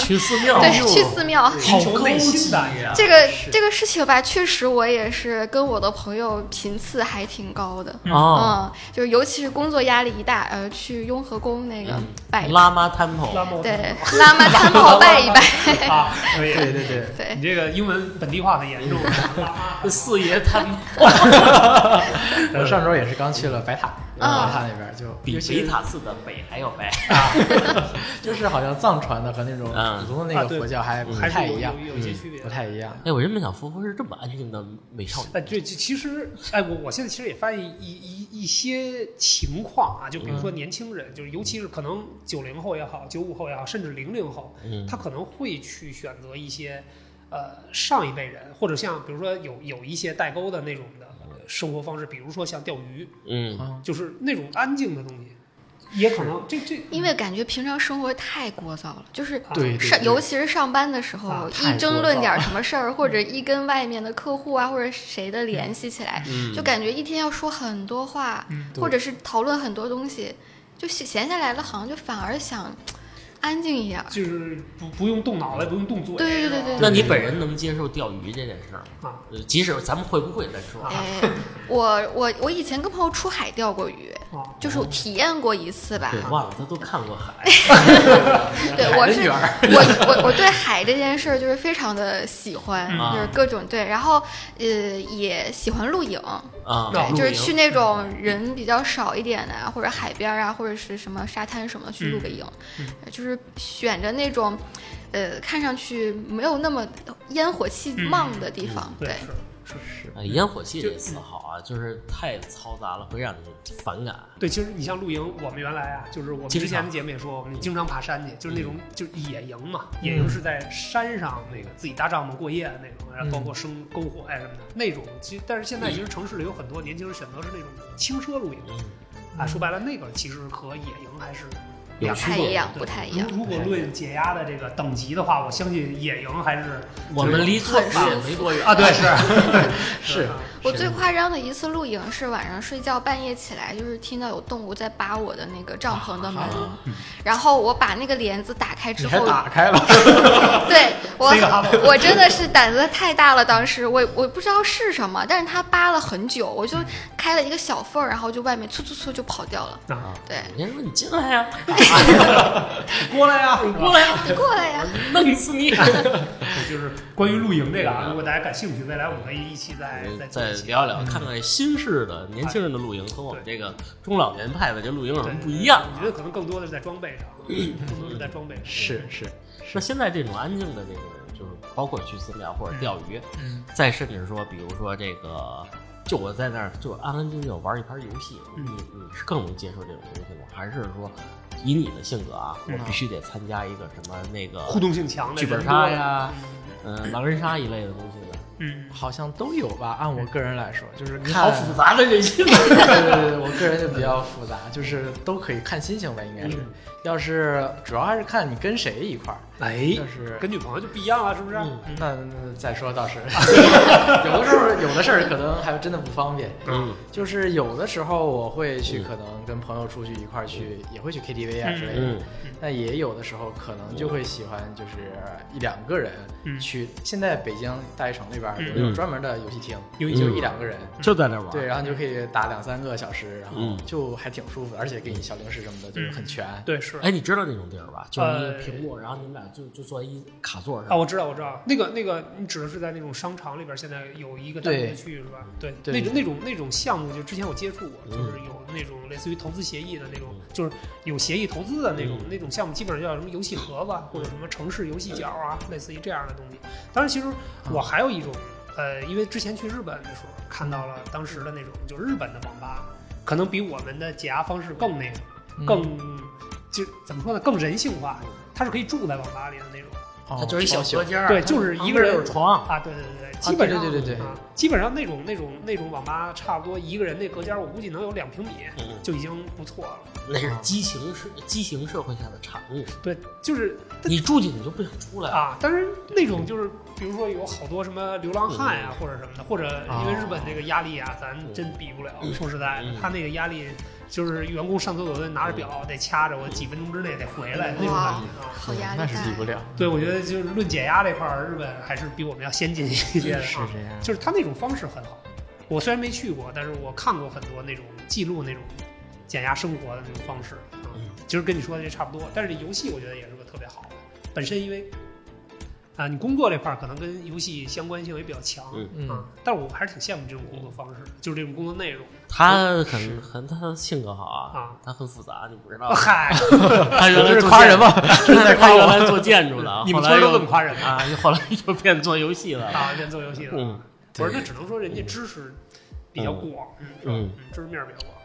去寺庙。对，去寺庙，寻求内心的呀。这个这个事情吧，确实我也是跟我的朋友频次还挺高的。哦，嗯，就是尤其是工作压力一大，呃，去雍和宫那个嗯拜，拉玛 temple。拉莫对，拉玛参跑拜一拜， 啊，可以，对对对，对你，这个英文本地化很严重嗯啊四爷 temple 我上周也是刚去了白塔，嗯白塔那边就比尤其北塔寺的北还要白。就是好像藏传的和那种嗯普通的啊那对个佛教还不还太是有一样有，有有些区别不。太一样。哎，我真没想，夫妇是这么安静的美少哎，女。对，其其实，哎，我我现在其实也发现一一一一些情况啊，就比如说年轻人，就是尤其是可能九零后也好，九五后也好，甚至零零后，嗯他可能会去选择一些，呃，上一辈人，或者像比如说有有一些代沟的那种的呃生活方式，比如说像钓鱼，嗯，就是那种安静的东西，也可能这这因为感觉平常生活太聒噪了，就是啊对对上，对尤其是上班的时啊候，太一聒争噪论点儿什么事 儿，或者一跟外面的客户啊，或者谁的联系起来，嗯就感觉一天要说很多话，嗯对或者是讨论很多东西，就闲闲下来了，好像就反而想安静一点儿。就是不不用动脑袋，不用动嘴，对对是吧对对那你本人能接受钓鱼这件事儿吗？啊，呃即使咱们会不会再说。啊哎，我我我以前跟朋友出海钓过鱼，啊，哦就是我体验过一次吧对。，忘了，他都看过 海。对，海我的是女儿我我我对海这件事儿就是非常的喜欢，嗯就是各种对，然后呃也喜欢露营，啊，对露就是营去那种人比较少一点的啊，或者海边儿啊，或者是什么沙滩什么去露个营，就是选着那种呃看上去没有那么烟火气嗯冒的地方，对对，是是。呃烟火气这词好啊，就是太嘈杂了，会让你反感。对，其实你像露营，我们原来啊，就是我们之经前常的节目也说，我们经常爬山去，就是那种就是野营嘛，野营是在山上那个自己搭帐篷过夜的那种，然后包括生篝火呀什么的那种。其实，但是现在其实城市里有很多年轻人选择是那种轻奢露营嗯，啊，说白了那个其实和野营还是有两不区太别一样，对不太一样。如如果论解压的这个等级的话，我相信野营还是我们离钻石也没多远啊，对，是是啊我最夸张的一次露营是晚上睡觉半夜起来，就是听到有动物在扒我的那个帐篷的门，然后我把那个帘子打开之啊你还后，打开了，对我塞个哈巴我真的是胆子太大了，当时我我不知道是什么，但是它扒了很久，我就开了一个小缝儿，然后就外面猝猝猝就跑掉 了。啊，对，人家说你进来呀，啊过来呀，你过来呀。你过来呀，弄死你！哎 就是关于露营这个啊，如果大家感兴趣，未来我们可以一起再再嗯做再一期聊一聊，看看新式的年轻人的露营和我们这个中老年派的这露营有什么不一样啊我觉得可能更多的是在装备 上，更多是在装备上。是是，那现在这种安静的这种，就是包括去寺庙或者钓鱼，嗯再甚至说，比如说这个，就我在那儿就安安静静玩一盘游戏，嗯你你是更能接受这种东西吗？还是说，以你的性格啊，嗯我必须得参加一个什么那个互动性强的剧本人多杀的呀，嗯，狼人杀一类的东西呢？嗯，好像都有吧。按我个人来说，就是你看好复杂的人性啊！对对对，对，我个人就比较复杂，就是都可以看心情吧，应该是嗯。要是主要还是看你跟谁一块儿，哎要是跟女朋友就不一样了，是不是？嗯嗯那那再说倒是，有的时候有的事儿可能还真的不方便。嗯，就是有的时候我会去，嗯可能跟朋友出去一块儿去，也会去 KTV 啊之类的嗯。那也有的时候可能就会喜欢，就是一两个人嗯去。现在北京大悦城那边儿嗯有专门的游戏厅，游戏就厅一两个人。就在那玩对，然后你就可以打两三个小时，然后嗯就还挺舒服，而且给你小零食什么的，就是很全。对，是。哎，你知道那种地儿吧？就是一个呃屏幕，然后你们俩就就坐一卡座上啊，，我知道，我知道，那个那个，你指的是在那种商场里边，现在有一个单独的对区域是吧？对，那对种那种那种项目，就之前我接触过，嗯就是有那种类似于投资协议的那种，就是有协议投资的那种嗯那种项目，基本上叫什么游戏盒子啊或者什么城市游戏角啊，类似于这样的东西。当然，其实我还有一种，呃，因为之前去日本的时候看到了当时的那种，就是日本的网吧，可能比我们的解压方式更那个，嗯更就怎么说呢，更人性化，它是可以住在网吧里的那种。它哦就是一小超隔小间儿，对就是旁一个人边就是床，啊，对对对对，基本上、对对对对啊，基本上那种那种那种网吧，差不多一个人那隔间，我估计能有两平米，嗯就已经不错了。那是畸形社畸形社会下的产物。对，就是你住进去就不想出来了。啊，但是那种就是，比如说有好多什么流浪汉啊，或者什么的，或者因为日本这个压力啊，咱真比不了。说实在的嗯，他那个压力就是员工上厕所得拿着表，得掐着我几分钟之内得回来那种感觉啊。好压力那是比不大。了。对，我觉得就是论解压这块儿，日本还是比我们要先进一些的啊。是这样。就是他那种方式很好。我虽然没去过，但是我看过很多那种记录那种减压生活的那种方式啊、嗯其实跟你说的这差不多。但是游戏我觉得也是个特别好的，本身因为啊、你工作这块儿可能跟游戏相关性也比较强。嗯啊嗯，，但是我还是挺羡慕这种工作方式，就是这种工作内容他很很他的性格好啊啊，他很复杂，你不知道 啊。。嗨，他原来这是做夸建人吗？ 他原来他原来做建筑的啊，你们后来村儿都又这么夸人啊，又后来又变做游戏了。啊，人做游戏的，嗯，不是，那只能说人家知识比较广，嗯，是吧嗯知识面儿比较广。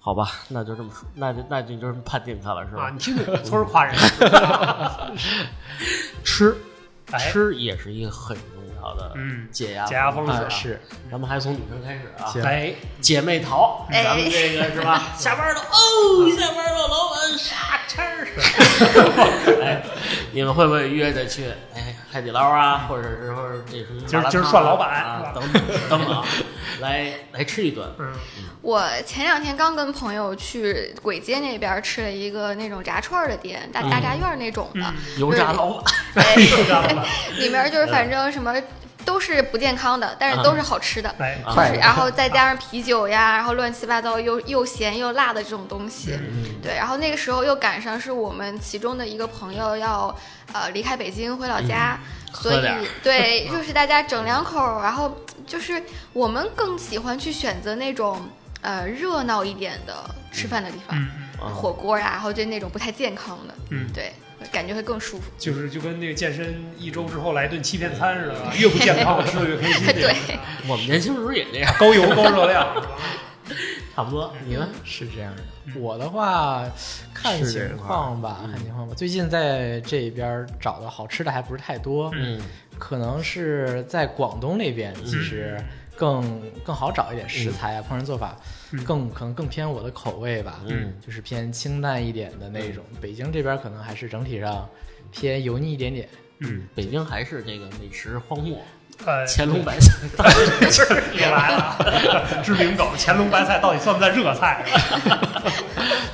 好吧，那就这么说，那就那就就这么判定他了是啊，吧？你听听 村儿夸人， 吃哎，吃也是一个很重要的嗯解压解压方式啊是咱们还从女生开始啊，行哎，姐妹淘，哎咱们这个是 吧？下班 了哦，下班了，老板啥吃儿？ 哎，你们会不会约着去哎海底捞啊，或者是或者这什么麻辣烫啊？今儿今儿涮老板啊是，吧等等等等啊，来来吃一顿。嗯，我前两天刚跟朋友去簋街那边儿吃了一个那种炸串儿的店，大嗯大炸院儿那种嗯的，油炸老板，哎知道了吧？里面嗯儿就是反正什么都是不健康的，但是都是好吃的。哎，啊就是，然后再加上啤酒呀，然后乱七八糟又又咸又辣的这种东西，嗯对。然后那个时候又赶上是我们其中的一个朋友要呃离开北京回老家，嗯所喝以点儿对， 就是大家整两口儿，然后就是我们更喜欢去选择那种呃热闹一点的吃饭的地方，嗯啊火锅啊，然后就那种不太健康的，嗯对。会感觉会更舒服。就是就跟那个健身一周之后来一顿欺骗餐似的，越不健康我吃的越开心。 对，我们年轻时候也这 样，嗯高油高热量。是吧差不多。你呢？是这样的，嗯我的话看是这情块儿况吧，看情况吧。最近在这边儿找的好吃的还不是太多，嗯，可能是在广东那边，其实更更好找一点食材啊，烹饪做法嗯更可能更偏我的口味吧，嗯，就是偏清淡一点的那种。北京这边可能还是整体上偏油腻一点点，嗯，北京还是这个美食荒漠，呃，乾隆白菜。 又来了， 知名梗，乾隆白菜到底算不算热菜？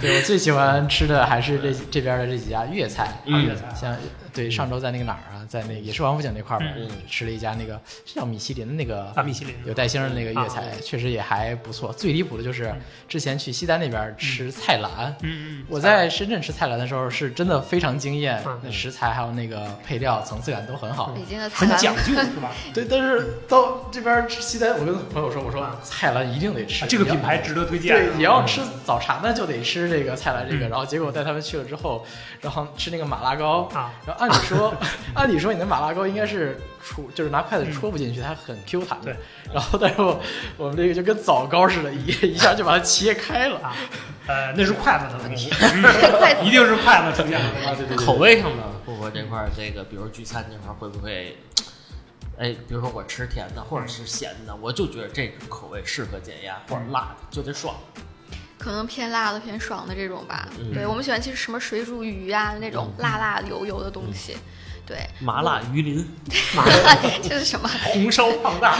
对我最喜欢吃的还是这这边的这几家粤菜，嗯粤啊菜像对上周在那个哪儿啊，在那个也是王府井那块儿吧嗯嗯，啊吃了一家那个是叫米其林的那个啊大米其林有带星儿的那个粤菜，确实也还不错。最离谱的就是嗯之前去西单那边吃菜篮，嗯嗯，我在深圳吃菜篮的时候是真的非常惊艳嗯，那食材还有那个配料层次感都很好。北京的菜很篮讲究是吧？啊对，但是到这边吃西单，我跟朋友说，我说啊菜篮一定得嗯吃，这个你要品牌值得推荐对，。你要吃早茶那就得吃这个菜篮这个，然后结果带他们去了之后，然后吃那个马拉糕啊然后按理说， 按理说你的马拉糕应该是戳，就是拿筷子戳不进去，它很 Q 弹的对。然后但是我我们这个就跟枣糕似的，一 一下就把它切开了。啊，呃，那是筷子的问题，筷 子一定是筷子出现了。啊 对口味上呢，不过这块儿这个，比如聚餐这块儿会不会？哎，比如说我吃甜的或者是咸的，我就觉得这种口味适合减压，或者辣的就得爽。可能偏辣的、偏爽的这种吧。嗯对我们喜欢吃什么水煮鱼啊，那种辣辣油油的东西。对，啊麻辣鱼鳞，这是什么？红烧胖大，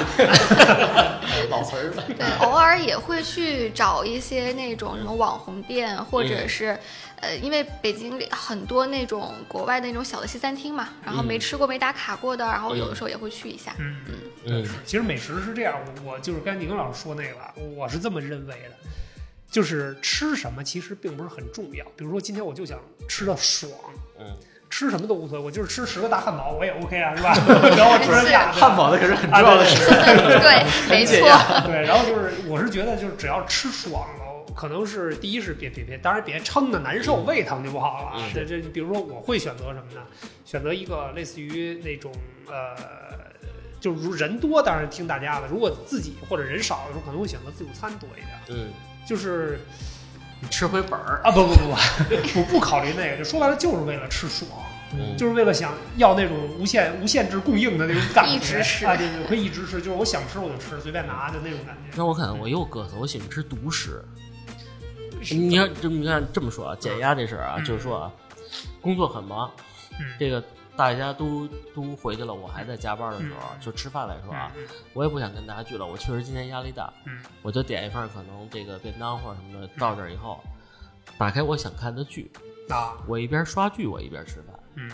老词儿了。对，偶尔也会去找一些那种什么网红店，或者是，呃，因为北京里很多那种国外的那种小的西餐厅嘛，然后没吃过、没打卡过的，然后有的时候也会去一下。嗯。嗯，其实美食是这样，我我就是刚才你跟老师说那个，啊我是这么认为的，就是吃什么其实并不是很重要。比如说今天我就想吃的爽，嗯，吃什么都无所谓，我就是吃十个大汉堡我也 OK 啊，是 吧？然后我吃了俩汉堡的可是很重啊要的对食物。对，没解 错。压对，然后就是我是觉得就是只要吃爽了。可能是第一是别别别，当然别撑的难受，胃疼就不好了。啊嗯这这，比如说我会选择什么呢？选择一个类似于那种呃，就是如人多当然听大家的，如果自己或者人少的时候，可能会选择自助餐多一点。嗯，就是你吃回本儿。啊，不不不 不，我不考虑那个，就说白了就是为了吃爽。嗯就是为了想要那种无限无限制供应的那种感觉，一直吃啊，对对，可以一直吃，就是我想吃我就吃，随便拿就那种感觉。那我可能我又嘚瑟，我喜欢吃独食。你看，这么你看这么说啊，减压这事儿啊，嗯就是说啊，工作很忙，嗯，这个大家都都回去了，我还在加班的时候，就吃饭来说啊，嗯我也不想跟大家聚了，我确实今天压力大，嗯我就点一份可能这个便当或者什么的，到这儿以后，打开我想看的剧，啊，我一边刷剧我一边吃饭，嗯，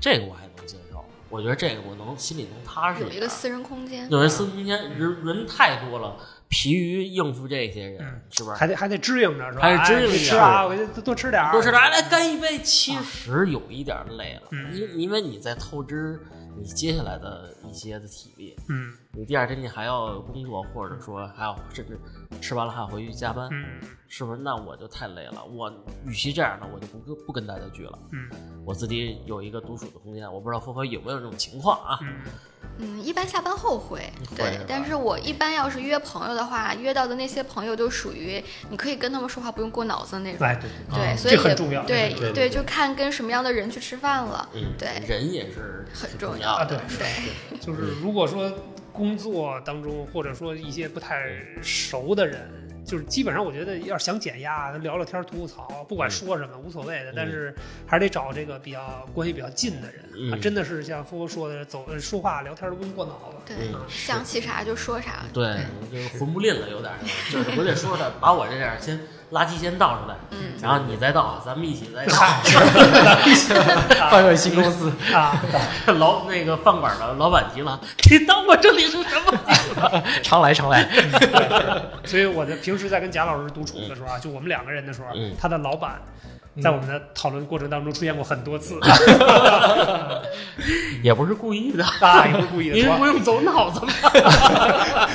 这个我还能接受，我觉得这个我能心里能踏实有一点个儿。私人空间，有人私空间人人太多了，疲于应付这些人，嗯是不是？还得还得支应着是吧？还得支应着哎你吃啊，我就多吃点儿，多吃点，来哎干一杯。其实有一点累了，嗯因因为你在透支你接下来的一些的体力，嗯你第二天你还要工作，或者说还要甚至吃完了还要回去加班，嗯是不是？那我就太累了。我与其这样呢，我就不跟不跟大家聚了，嗯我自己有一个独处的空间。我不知道峰峰有没有这种情况啊？嗯嗯，一般下班后会，会对是吧，但是我一般要是约朋友的话，约到的那些朋友就属于你可以跟他们说话不用过脑子的那种，哎，对，对，嗯所以这很也重要对对对对就看跟什么样的人去吃饭了，嗯，对人也是很是重要啊，的。对，对，就是如果说工作当中，或者说一些不太熟的人，就是基本上我觉得要是想减压，聊聊天儿吐吐槽，不管说什么无所谓的，但是还是得找这个比较关系比较近的人、啊，嗯真的是像峰哥说的，走呃说话聊天都不用过脑子。对，嗯想起啥就说啥，对，就是魂不吝了，有点儿，就是我得说的，把我这点儿先垃圾先倒出来，嗯然后你再倒，咱们一起再 倒， 换个新公司， 啊，老那个饭馆的老板急了，你当我这里是什么地方？常来常来。所以我在平时在跟贾老师独处的时候啊，就我们两个人的时候，嗯他的老板在我们的讨论过程当中出现过很多次， 也不是故意 的，啊，也不是故意的您嗯不说，用走脑子吗？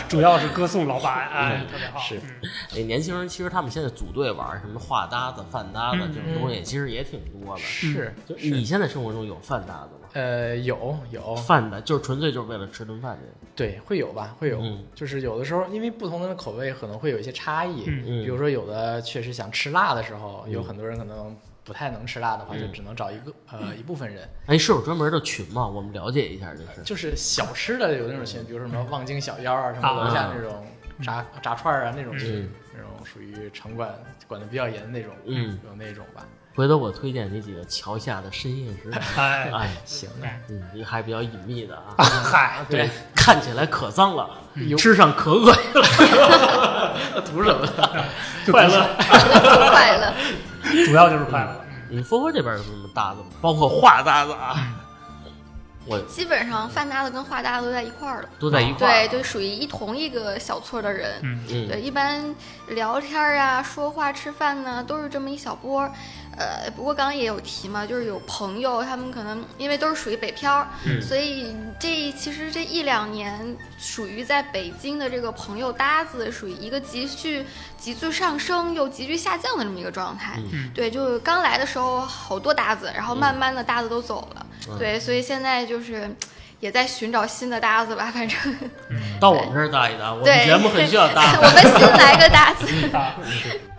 主要是歌颂老板，哎，特别好，是嗯 那年轻人其实他们现在组队玩什么话搭子、饭搭子嗯这种东西，其实也挺多的。嗯是就你现在生活中有饭搭子吗？呃有有饭的，就是纯粹就是为了吃顿饭这个。对会有吧会有嗯，就是有的时候因为不同的口味可能会有一些差异，嗯嗯比如说有的确实想吃辣的时候，嗯有很多人可能不太能吃辣的话，就嗯只能找一个呃一部分人，哎，是有专门的群吗？我们了解一下，就是。就是小吃的有那种群，比如说什么望京小腰啊，什么楼下那种炸炸串儿啊那种群，那种属于城管管的比较严的那种，嗯，有那种吧。回头我推荐你几个桥下的深夜 食堂。哎，哎，行，嗯，一个还比较隐秘的啊，嗨，对，看起来可脏了，有吃上可恶心了，图什么呢？快乐。快乐。主要就是快乐，你佛佛这边有什么搭子吗？包括画搭子啊，嗯我基本上饭搭子跟话搭子都在一块儿了，都在一块儿。对，就属于一同一个小撮的人。嗯嗯对，一般聊天儿啊、说话、吃饭呢，都是这么一小波儿。呃，不过刚刚也有提嘛，就是有朋友，他们可能因为都是属于北漂，嗯所以这其实这一两年属于在北京的这个朋友搭子，属于一个急剧急剧上升又急剧下降的这么一个状态。嗯对，就刚来的时候好多搭子，然后慢慢的搭子都走了。嗯对，所以现在就是。也在寻找新的搭子吧，反正到我们这儿搭一搭，我们对节目很需要 搭。我们新来个 搭子，啊，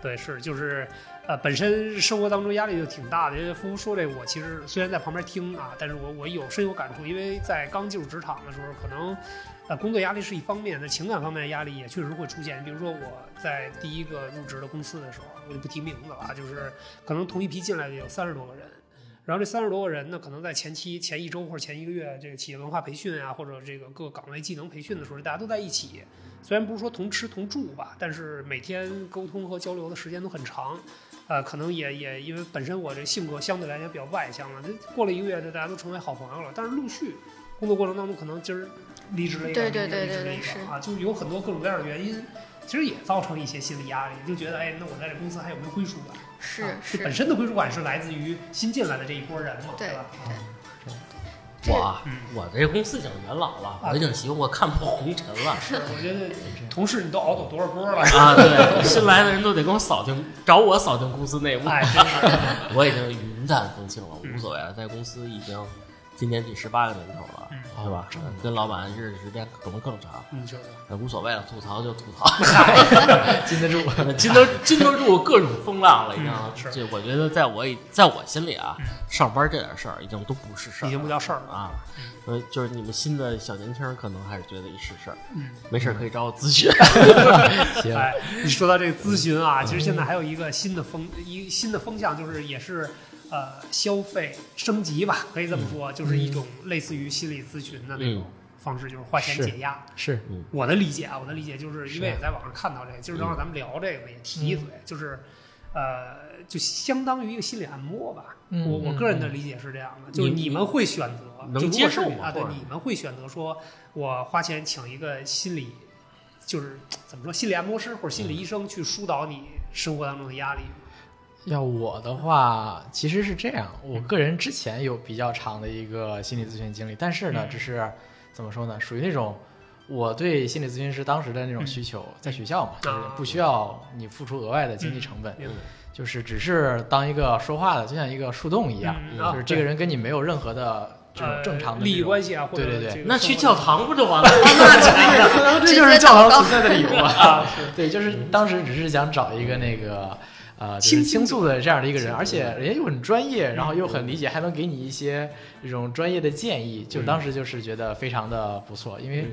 对，是就是，呃，本身生活当中压力就挺大的。因为夫妇说这个，我其实虽然在旁边听啊，但是我我有深有感触，因为在刚进入职场的时候，可能。呃，工作压力是一方面，那情感方面的压力也确实会出现。比如说我在第一个入职的公司的时候，我就不提名字了啊，就是可能同一批进来的有三十多个人，然后这三十多个人呢，可能在前期前一周或者前一个月这个企业文化培训啊，或者这个各个岗位技能培训的时候，大家都在一起，虽然不是说同吃同住吧，但是每天沟通和交流的时间都很长。呃，可能也也因为本身我这性格相对来讲比较外向了，这过了一个月，这大家都成为好朋友了。但是陆续工作过程当中，可能今儿离职了一个，对对对明儿离职了一对对个啊，就是有很多各种各样的原因，其实也造成一些心理压力，就觉得哎，那我在这公司还有没有归属感？是啊这本是，身的归属感是来自于新进来的这一波人嘛，对吧？对这我啊嗯我这公司已经元老了，我已经行，我看破红尘 了是，我觉得同事你都熬走多少波 了？啊！对，新来的人都得给我扫听，找我扫听公司内幕。哎，真是， 我已经云淡风轻了，无所谓了，在公司已经今年第十八个年头了，嗯是吧？跟老板认识时间可能更长，你觉得？呃无所谓了，吐槽就吐 槽，禁得住。 经得经得住各种风浪了，已嗯经。是嗯这我觉得，在我在我心里啊，上班这点事儿已经都不是事儿已经不了叫事儿了。嗯啊。呃，就是你们新的小年轻儿可能还是觉得是事儿，嗯，没事儿可以找我咨询。行，哎，你说到这个咨询啊，其实现在还有一个新的风，一新的风向就是也是。呃，消费升级吧，可以这么说，就是一种类似于心理咨询的那种嗯方式，嗯就是花钱是解压。 是我的理解啊，我的理解就是嗯因为是也在网上看到这个，今儿正好咱们聊这个也提一嘴，就是，呃，就相当于一个心理按摩吧。嗯我我嗯个人的嗯理解是这样的，就是你你们会选择能就如果接受是吗啊？对或，者你们会选择说，我花钱请一个心理，就是怎么说心理按摩师或者心理医生去疏导你生活当中的压力。要我的话，其实是这样，嗯我个人之前有比较长的一个心理咨询经历，但是呢，嗯只是怎么说呢，属于那种我对心理咨询师当时的嗯那种需求，在学校嘛，啊就是不需要你付出额外的嗯经济成本，明白就是只是当一个说话的，就像一个树洞一样，嗯啊就是这个人跟你没有任何的这种呃正常的利益关系，系啊，或者对对对这个那去生活教堂不就 完了？那简直了 这就是教堂存在的理由啊。 对，就是当时只是想找一个那个。呃，就是倾诉倾诉的这样的一个人，倾诉嗯而且人家又很专业，然后又很理解，还能给你一些这种专业的建议，就当时就是觉得非常的不错，嗯因为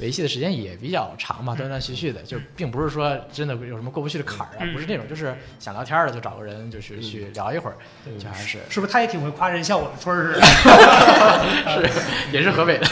维系的时间也比较长嘛，断断续续的，就并不是说真的有什么过不去的坎儿啊，嗯不是那种，就是想聊天儿的就找个人就是去聊一会儿，就还是 是不是他也挺会夸人，像我们村儿似的。也 是河北的，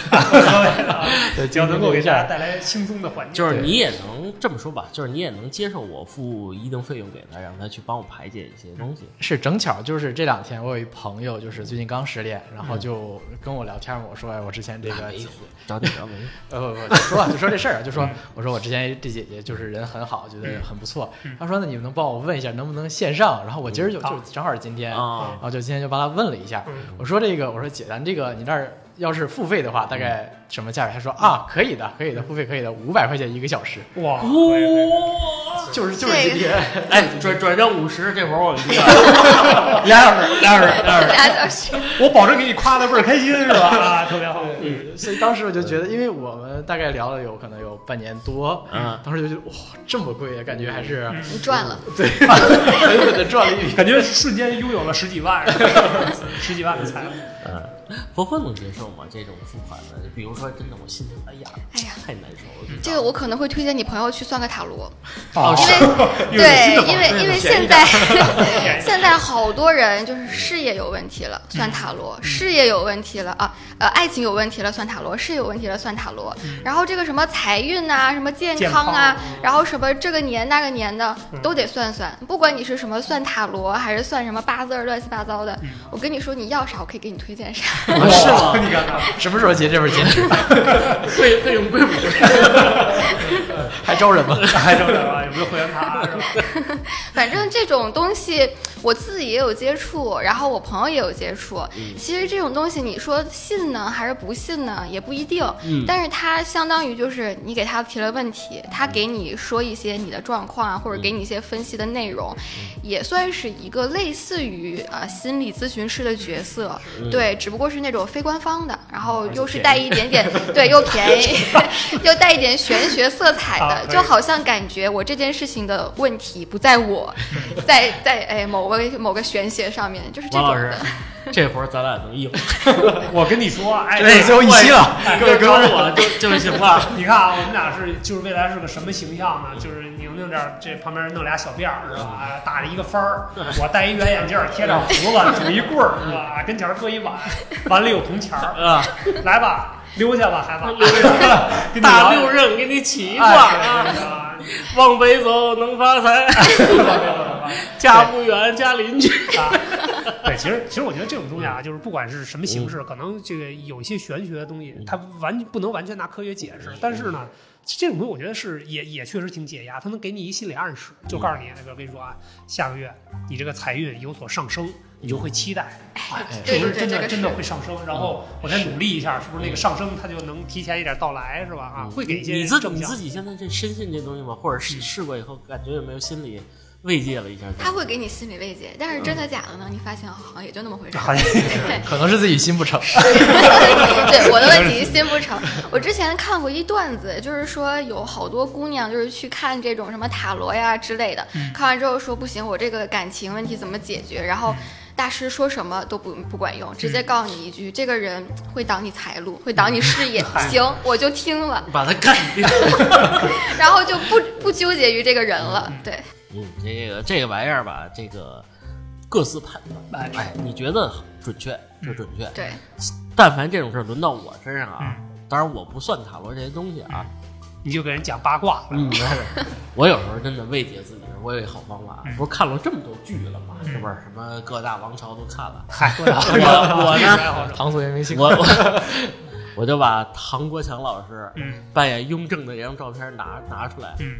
对，只要能够给这大样家带来轻松的环境，就是你也能这么说吧，就是你也能接受我付一定费用给他，让他他去帮我排解一些东西。是正巧就是这两天，我有一朋友就是最近刚失恋，然嗯后就跟我聊天嘛，我说哎，我之前这个没找你 聊没？呃不不，就说啊就说这事儿啊，就嗯说我说我之前这姐姐就是人很好，觉得很不错。她说那你们能帮我问一下能不能线上？然后我今儿就嗯好就正好是今哎天，啊然，后就今天就帮她问了一下嗯，我说这个我说姐咱这个你那儿要是付费的话，嗯大概什么价位？她说啊可以的，可以的，付费可以的，五百块钱一个小时，哇！哇，就是就是这个 今天哦 哎，转转账五十，这会儿我们俩小时，俩小时，俩小时。俩小时，我保证给你夸的倍儿开心是吧？啊，特别好。所以当时我就觉得，因为我们大概聊了有可能有半年多，嗯当时就觉得哇，这么贵啊，感觉还是 你赚了。对，狠狠的赚 了一笔。感觉瞬间拥有了十几万，十几万的财富。伯克能接受吗？这种付款的，比如说，真的，我心里，哎呀，哎呀太难受了。这个我可能会推荐你朋友去算个塔罗，哦因又为有新的对，方因为因为现在 现在好多人就是事业有问题了，算塔嗯罗；事业有问题了啊，呃，爱情有问题了，算塔罗；事业有问题了，算塔罗。然后这个什么财运啊，什么健嗯健康啊康，嗯然后什么这个年那个年的都得算算，不管你是什么算塔罗还是算什么八字儿乱七八糟嗯的，我跟你说你要啥，我可以给你推荐啥。啊是吗？你看看， 什么时候结这份 兼职？费费用贵不贵？ 还招人吗？ 还整整啊，有没有会员卡是吧？反正这种东西我自己也有接触，然后我朋友也有接触。其实这种东西，你说信呢还是不信呢，也不一定。嗯但是它相当于就是你给他提了问题，他给你说一些你的状况啊，或者给你一些分析的内容，也算是一个类似于呃心理咨询师的角色。对，只不过是那种非官方的，然后又是带一点点对，又便宜， 又带一点玄学色彩好的，可以就好像感觉我这件事情的问题不在 我，在在哎某个某个玄学上面，就是这王种老师的。， 这活儿咱俩能 一会儿，我跟你说，哎，对最后一期了哎各位找我就就行 了。你看啊，我们俩是就是未来是个什么形象呢？就是宁宁这儿这旁边弄俩小辫儿是吧？哎打着一个幡儿，我戴一圆眼镜儿，贴上胡子，拄一棍儿是吧？跟前儿搁一碗，碗里有铜钱儿，啊，来吧，溜下吧，孩子，跟你大聊六壬给你起一一卦啊，啊，往北走能发 财，对吧家不远家邻居。啊， 对，其实其实我觉得这种东嗯西啊，就是不管是什么形式，可能这个有一些玄学的东嗯西，它完不能完全拿科学解释，但是呢。这种东西我觉得是也也确实挺解压，它能给你一心理暗示，就告诉嗯你，比如跟你说啊，下个月你这个财运有所上升，你就会期待，哎嗯对是不是对真这的个真的是嗯会上升？然后我再努力一下，是不是那个上升它就能提前一点到来，是吧？嗯啊，会给一些你自正你向自己现在这深信这东西吗？或者试试过以后，感觉有没有心理慰藉了一下？他会给你心理慰藉，但是真的假的呢？你发现好像也就那么回事儿。好像也是对可能是自己心不诚。 对我的问题心不诚。我之前看过一段子，就是说有好多姑娘就是去看这种什么塔罗呀之类的，看完之后说不行，我这个感情问题怎么解决？然后大师说什么都不不管用，直接告诉你一句，这个人会挡你财路，会挡你事业。行，我就听了，把它干掉。 然后就不不纠结于这个人了。对，嗯，这个这个玩意儿吧，这个各自判断。哎，你觉得准确就准确。对，但凡这种事儿轮到我身上啊，当然我不算塔罗这些东西啊，你就给人讲八卦，嗯，我有时候真的慰藉自己，我有一好方法，不是看了这么多剧了吗？是不是什么各大王朝都看了？ 嗨，我我 呢呢，唐宋元明清，我我我就把唐国强老师嗯扮演雍正的一张照片拿拿出来，嗯。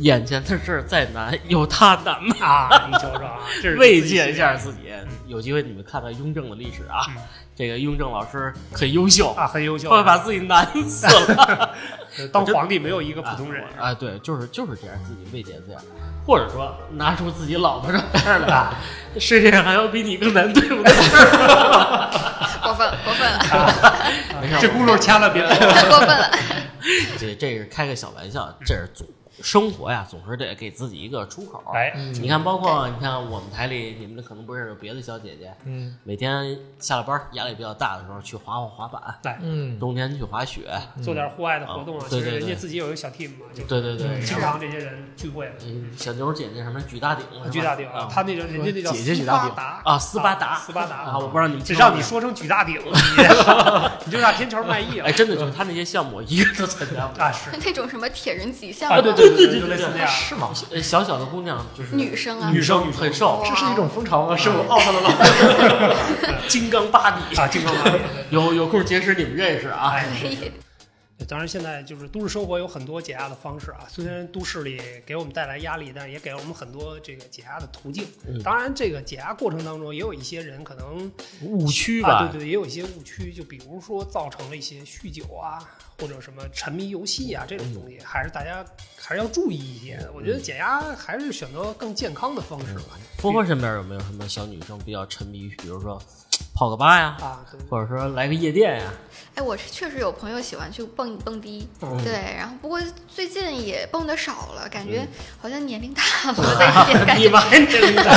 眼前的事儿再难，有他难吗？啊，你瞅瞅啊，这是慰藉一下自己。有机会你们看看雍正的历史啊，嗯这个雍正老师很优秀，啊，很优 秀会啊。把自己难死了。当皇帝没有一个普通人啊，对，就是就是这样，自己慰藉这样，或者说拿出自己老婆照片来，世界上还有比你更难对付的事儿。过分了，过分了， 啊没事儿，这轱辘掐了别走。太过分了。 这这是开个小玩笑，这是总生活呀，总是得给自己一个出口。哎，你看，包括你看我们台里，你们这可能不认识别的小姐姐，嗯每天下了班压力比较大的时候去滑滑滑板，来嗯，冬天去滑雪，做点户外的活动啊嗯，其对实对人家对自己有一个小 team 嘛，就对对对，经常这些人聚会，嗯小牛姐姐什么举大顶，是吧举大鼎啊，他那个人家那叫姐姐举斯大巴鼎达啊斯巴达斯巴达啊，我不知道你们只听过让没你有。说成举 大鼎，你你就让天桥卖艺了哎哎，真的就是他那些项目，一个都参加不了。啊！是那种什么铁人几项啊嘛，对对对对对，就类似那样。是吗？呃小小的姑娘就是女生啊女生很啊瘦，这是 一种风潮吗？是我奥特曼， 金刚芭比，啊，经常买。有有空结识你们认识啊。哎，可以，对当然现在就是都市生活有很多解压的方式啊。虽然都市里给我们带来压力，但是也给了我们很多这个解压的途径。嗯当然，这个解压过程当中，也有一些人可能误区啊，吧对，对，也有一些误区，就比如说造成了一些酗酒啊，或者什么沉迷游戏啊这种东西，还是大家还是要注意一些。我觉得解压还是选择更健康的方式吧。峰哥身边有没有什么小女生比较沉迷于，比如说泡个吧呀，啊，对，或者说来个夜店呀？哎，我是确实有朋友喜欢去蹦蹦迪，嗯对，然后不过最近也蹦的少了，感觉好像年龄大了的一 点感觉。妈呀，这个对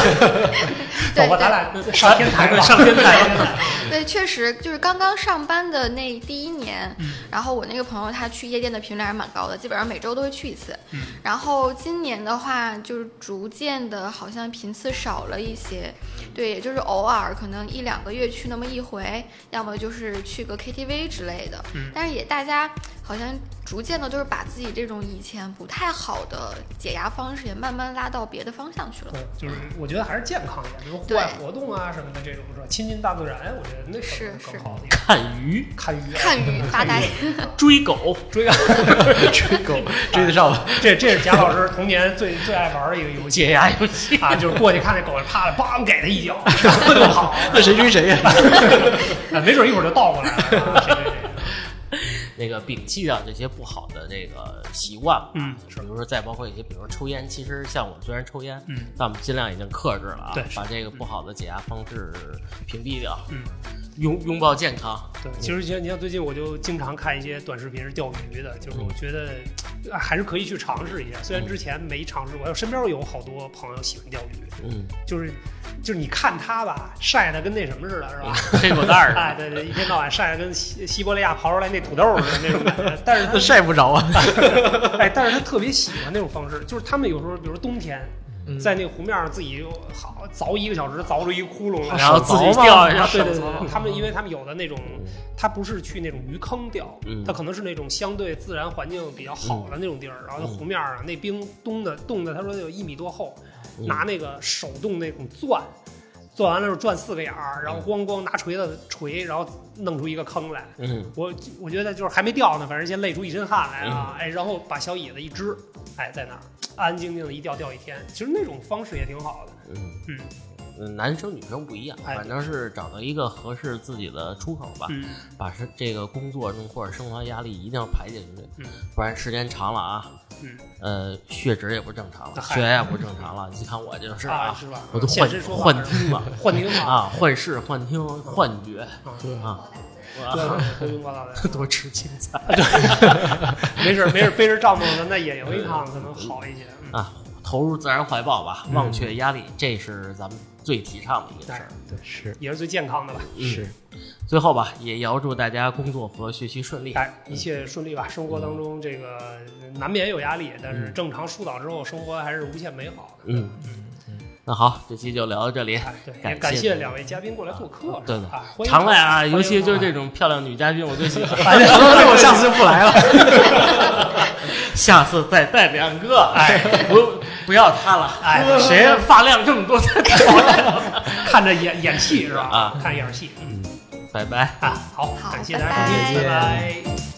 走吧，咱对俩 上天台吧，上天台吧。对，确实就是刚刚上班的那第一年，嗯然后我那个朋友他去夜店的频率还是蛮高的，基本上每周都会去一次。嗯然后今年的话，就是逐渐的好像频次少了一些，对，也就是偶尔可能一两个月去那么一回，要么就是去个 KTV 之类的。嗯但是也大家好像逐渐的，就是把自己这种以前不太好的解压方式也慢慢拉到别的方向去了。对，就是我觉得还是健康一点，比如户对外活动啊什么的这种，是吧？亲近大自然，我觉得那可能是更好一点。看鱼、看鱼啊，看鱼 发呆，追狗，追啊，追哦狗追得 上吗？这这是贾老师童年最最爱玩的一个游戏解压游戏。啊，就是过去看那狗，啪的，梆给他一脚，然后就跑了。 那谁追谁呀？啊没准一会儿就倒过来了。啊谁谁谁那个摒弃掉这些不好的这个习惯吧，嗯比如说再包括一些，比如说抽烟，其实像我虽然抽烟，嗯，但我们尽量已经克制了啊，对是把这个不好的解压方式屏蔽掉，嗯，拥拥抱健康，对，其实像你像最近我就经常看一些短视频是钓鱼的，就是我觉得啊还是可以去尝试一下，虽然之前没尝试过，我身边有好多朋友喜欢钓鱼，嗯，就是就是你看他吧，晒得跟那什么似的，是吧？黑狗蛋儿 哎，对对，一天到晚晒得跟西西伯利亚刨出来那土豆似的那种感觉，但是那 晒不着啊。 他哎，但是他特别喜欢那种方式，就是他们有时候，比如冬天，嗯在那个湖面上自己好凿一个小时，凿出一窟窿来，啊然后自己钓一下啊，对对对，他们因为他们有的那种，他不是去那种鱼坑钓嗯，他可能是那种相对自然环境比较好的那种地儿，然后湖面儿啊，那冰冻的冻的，他说有一米多厚，嗯拿那个手动那种钻。钻完了之后转四个眼儿，然后咣咣拿锤子锤，然后弄出一个坑来。嗯，我我觉得就是还没掉呢，反正先累出一身汗来啊，哎，然后把小椅子一支，哎，在那儿安安静静的一钓钓一天，其实那种方式也挺好的。嗯嗯嗯，男生女生不一样，哎反正是找到一个合适自己的出口吧，嗯，把是这个工作中或者生活压力一定要排解出去，嗯不然时间长了啊，嗯呃，血脂也不正常了，嗨血压也不正常了，你看我就是啊，是吧？我都现幻身说法幻听了幻听 法啊，幻视、幻听、幻觉啊，啊，对，哇对对，光大的，多吃青菜没事儿没事儿，背着帐篷咱再野营一趟，可能好一些。嗯，啊，投入自然怀抱吧，忘却压力，这是咱们最提倡的一件对事儿。对， 是也是最健康的吧。嗯，最后吧，也遥祝大家工作和学习顺利。哎，一切顺利吧。生活当中这个难免有压力，但是正常疏导之后，生活还是无限美好的。嗯，那好，这期就聊到这里。哎，对，也感感谢谢两位嘉宾过来做客，对是吧的啊欢迎常来啊，欢迎尤其就是常来这种漂亮女嘉宾，我最喜欢。 那我下次就不来了。下次再带两个，哎，不不要她了， 哎谁发量这么多？ 看着演演戏是吧？啊看着演戏，嗯拜拜。啊，好，好感谢大家拜收拜听，拜拜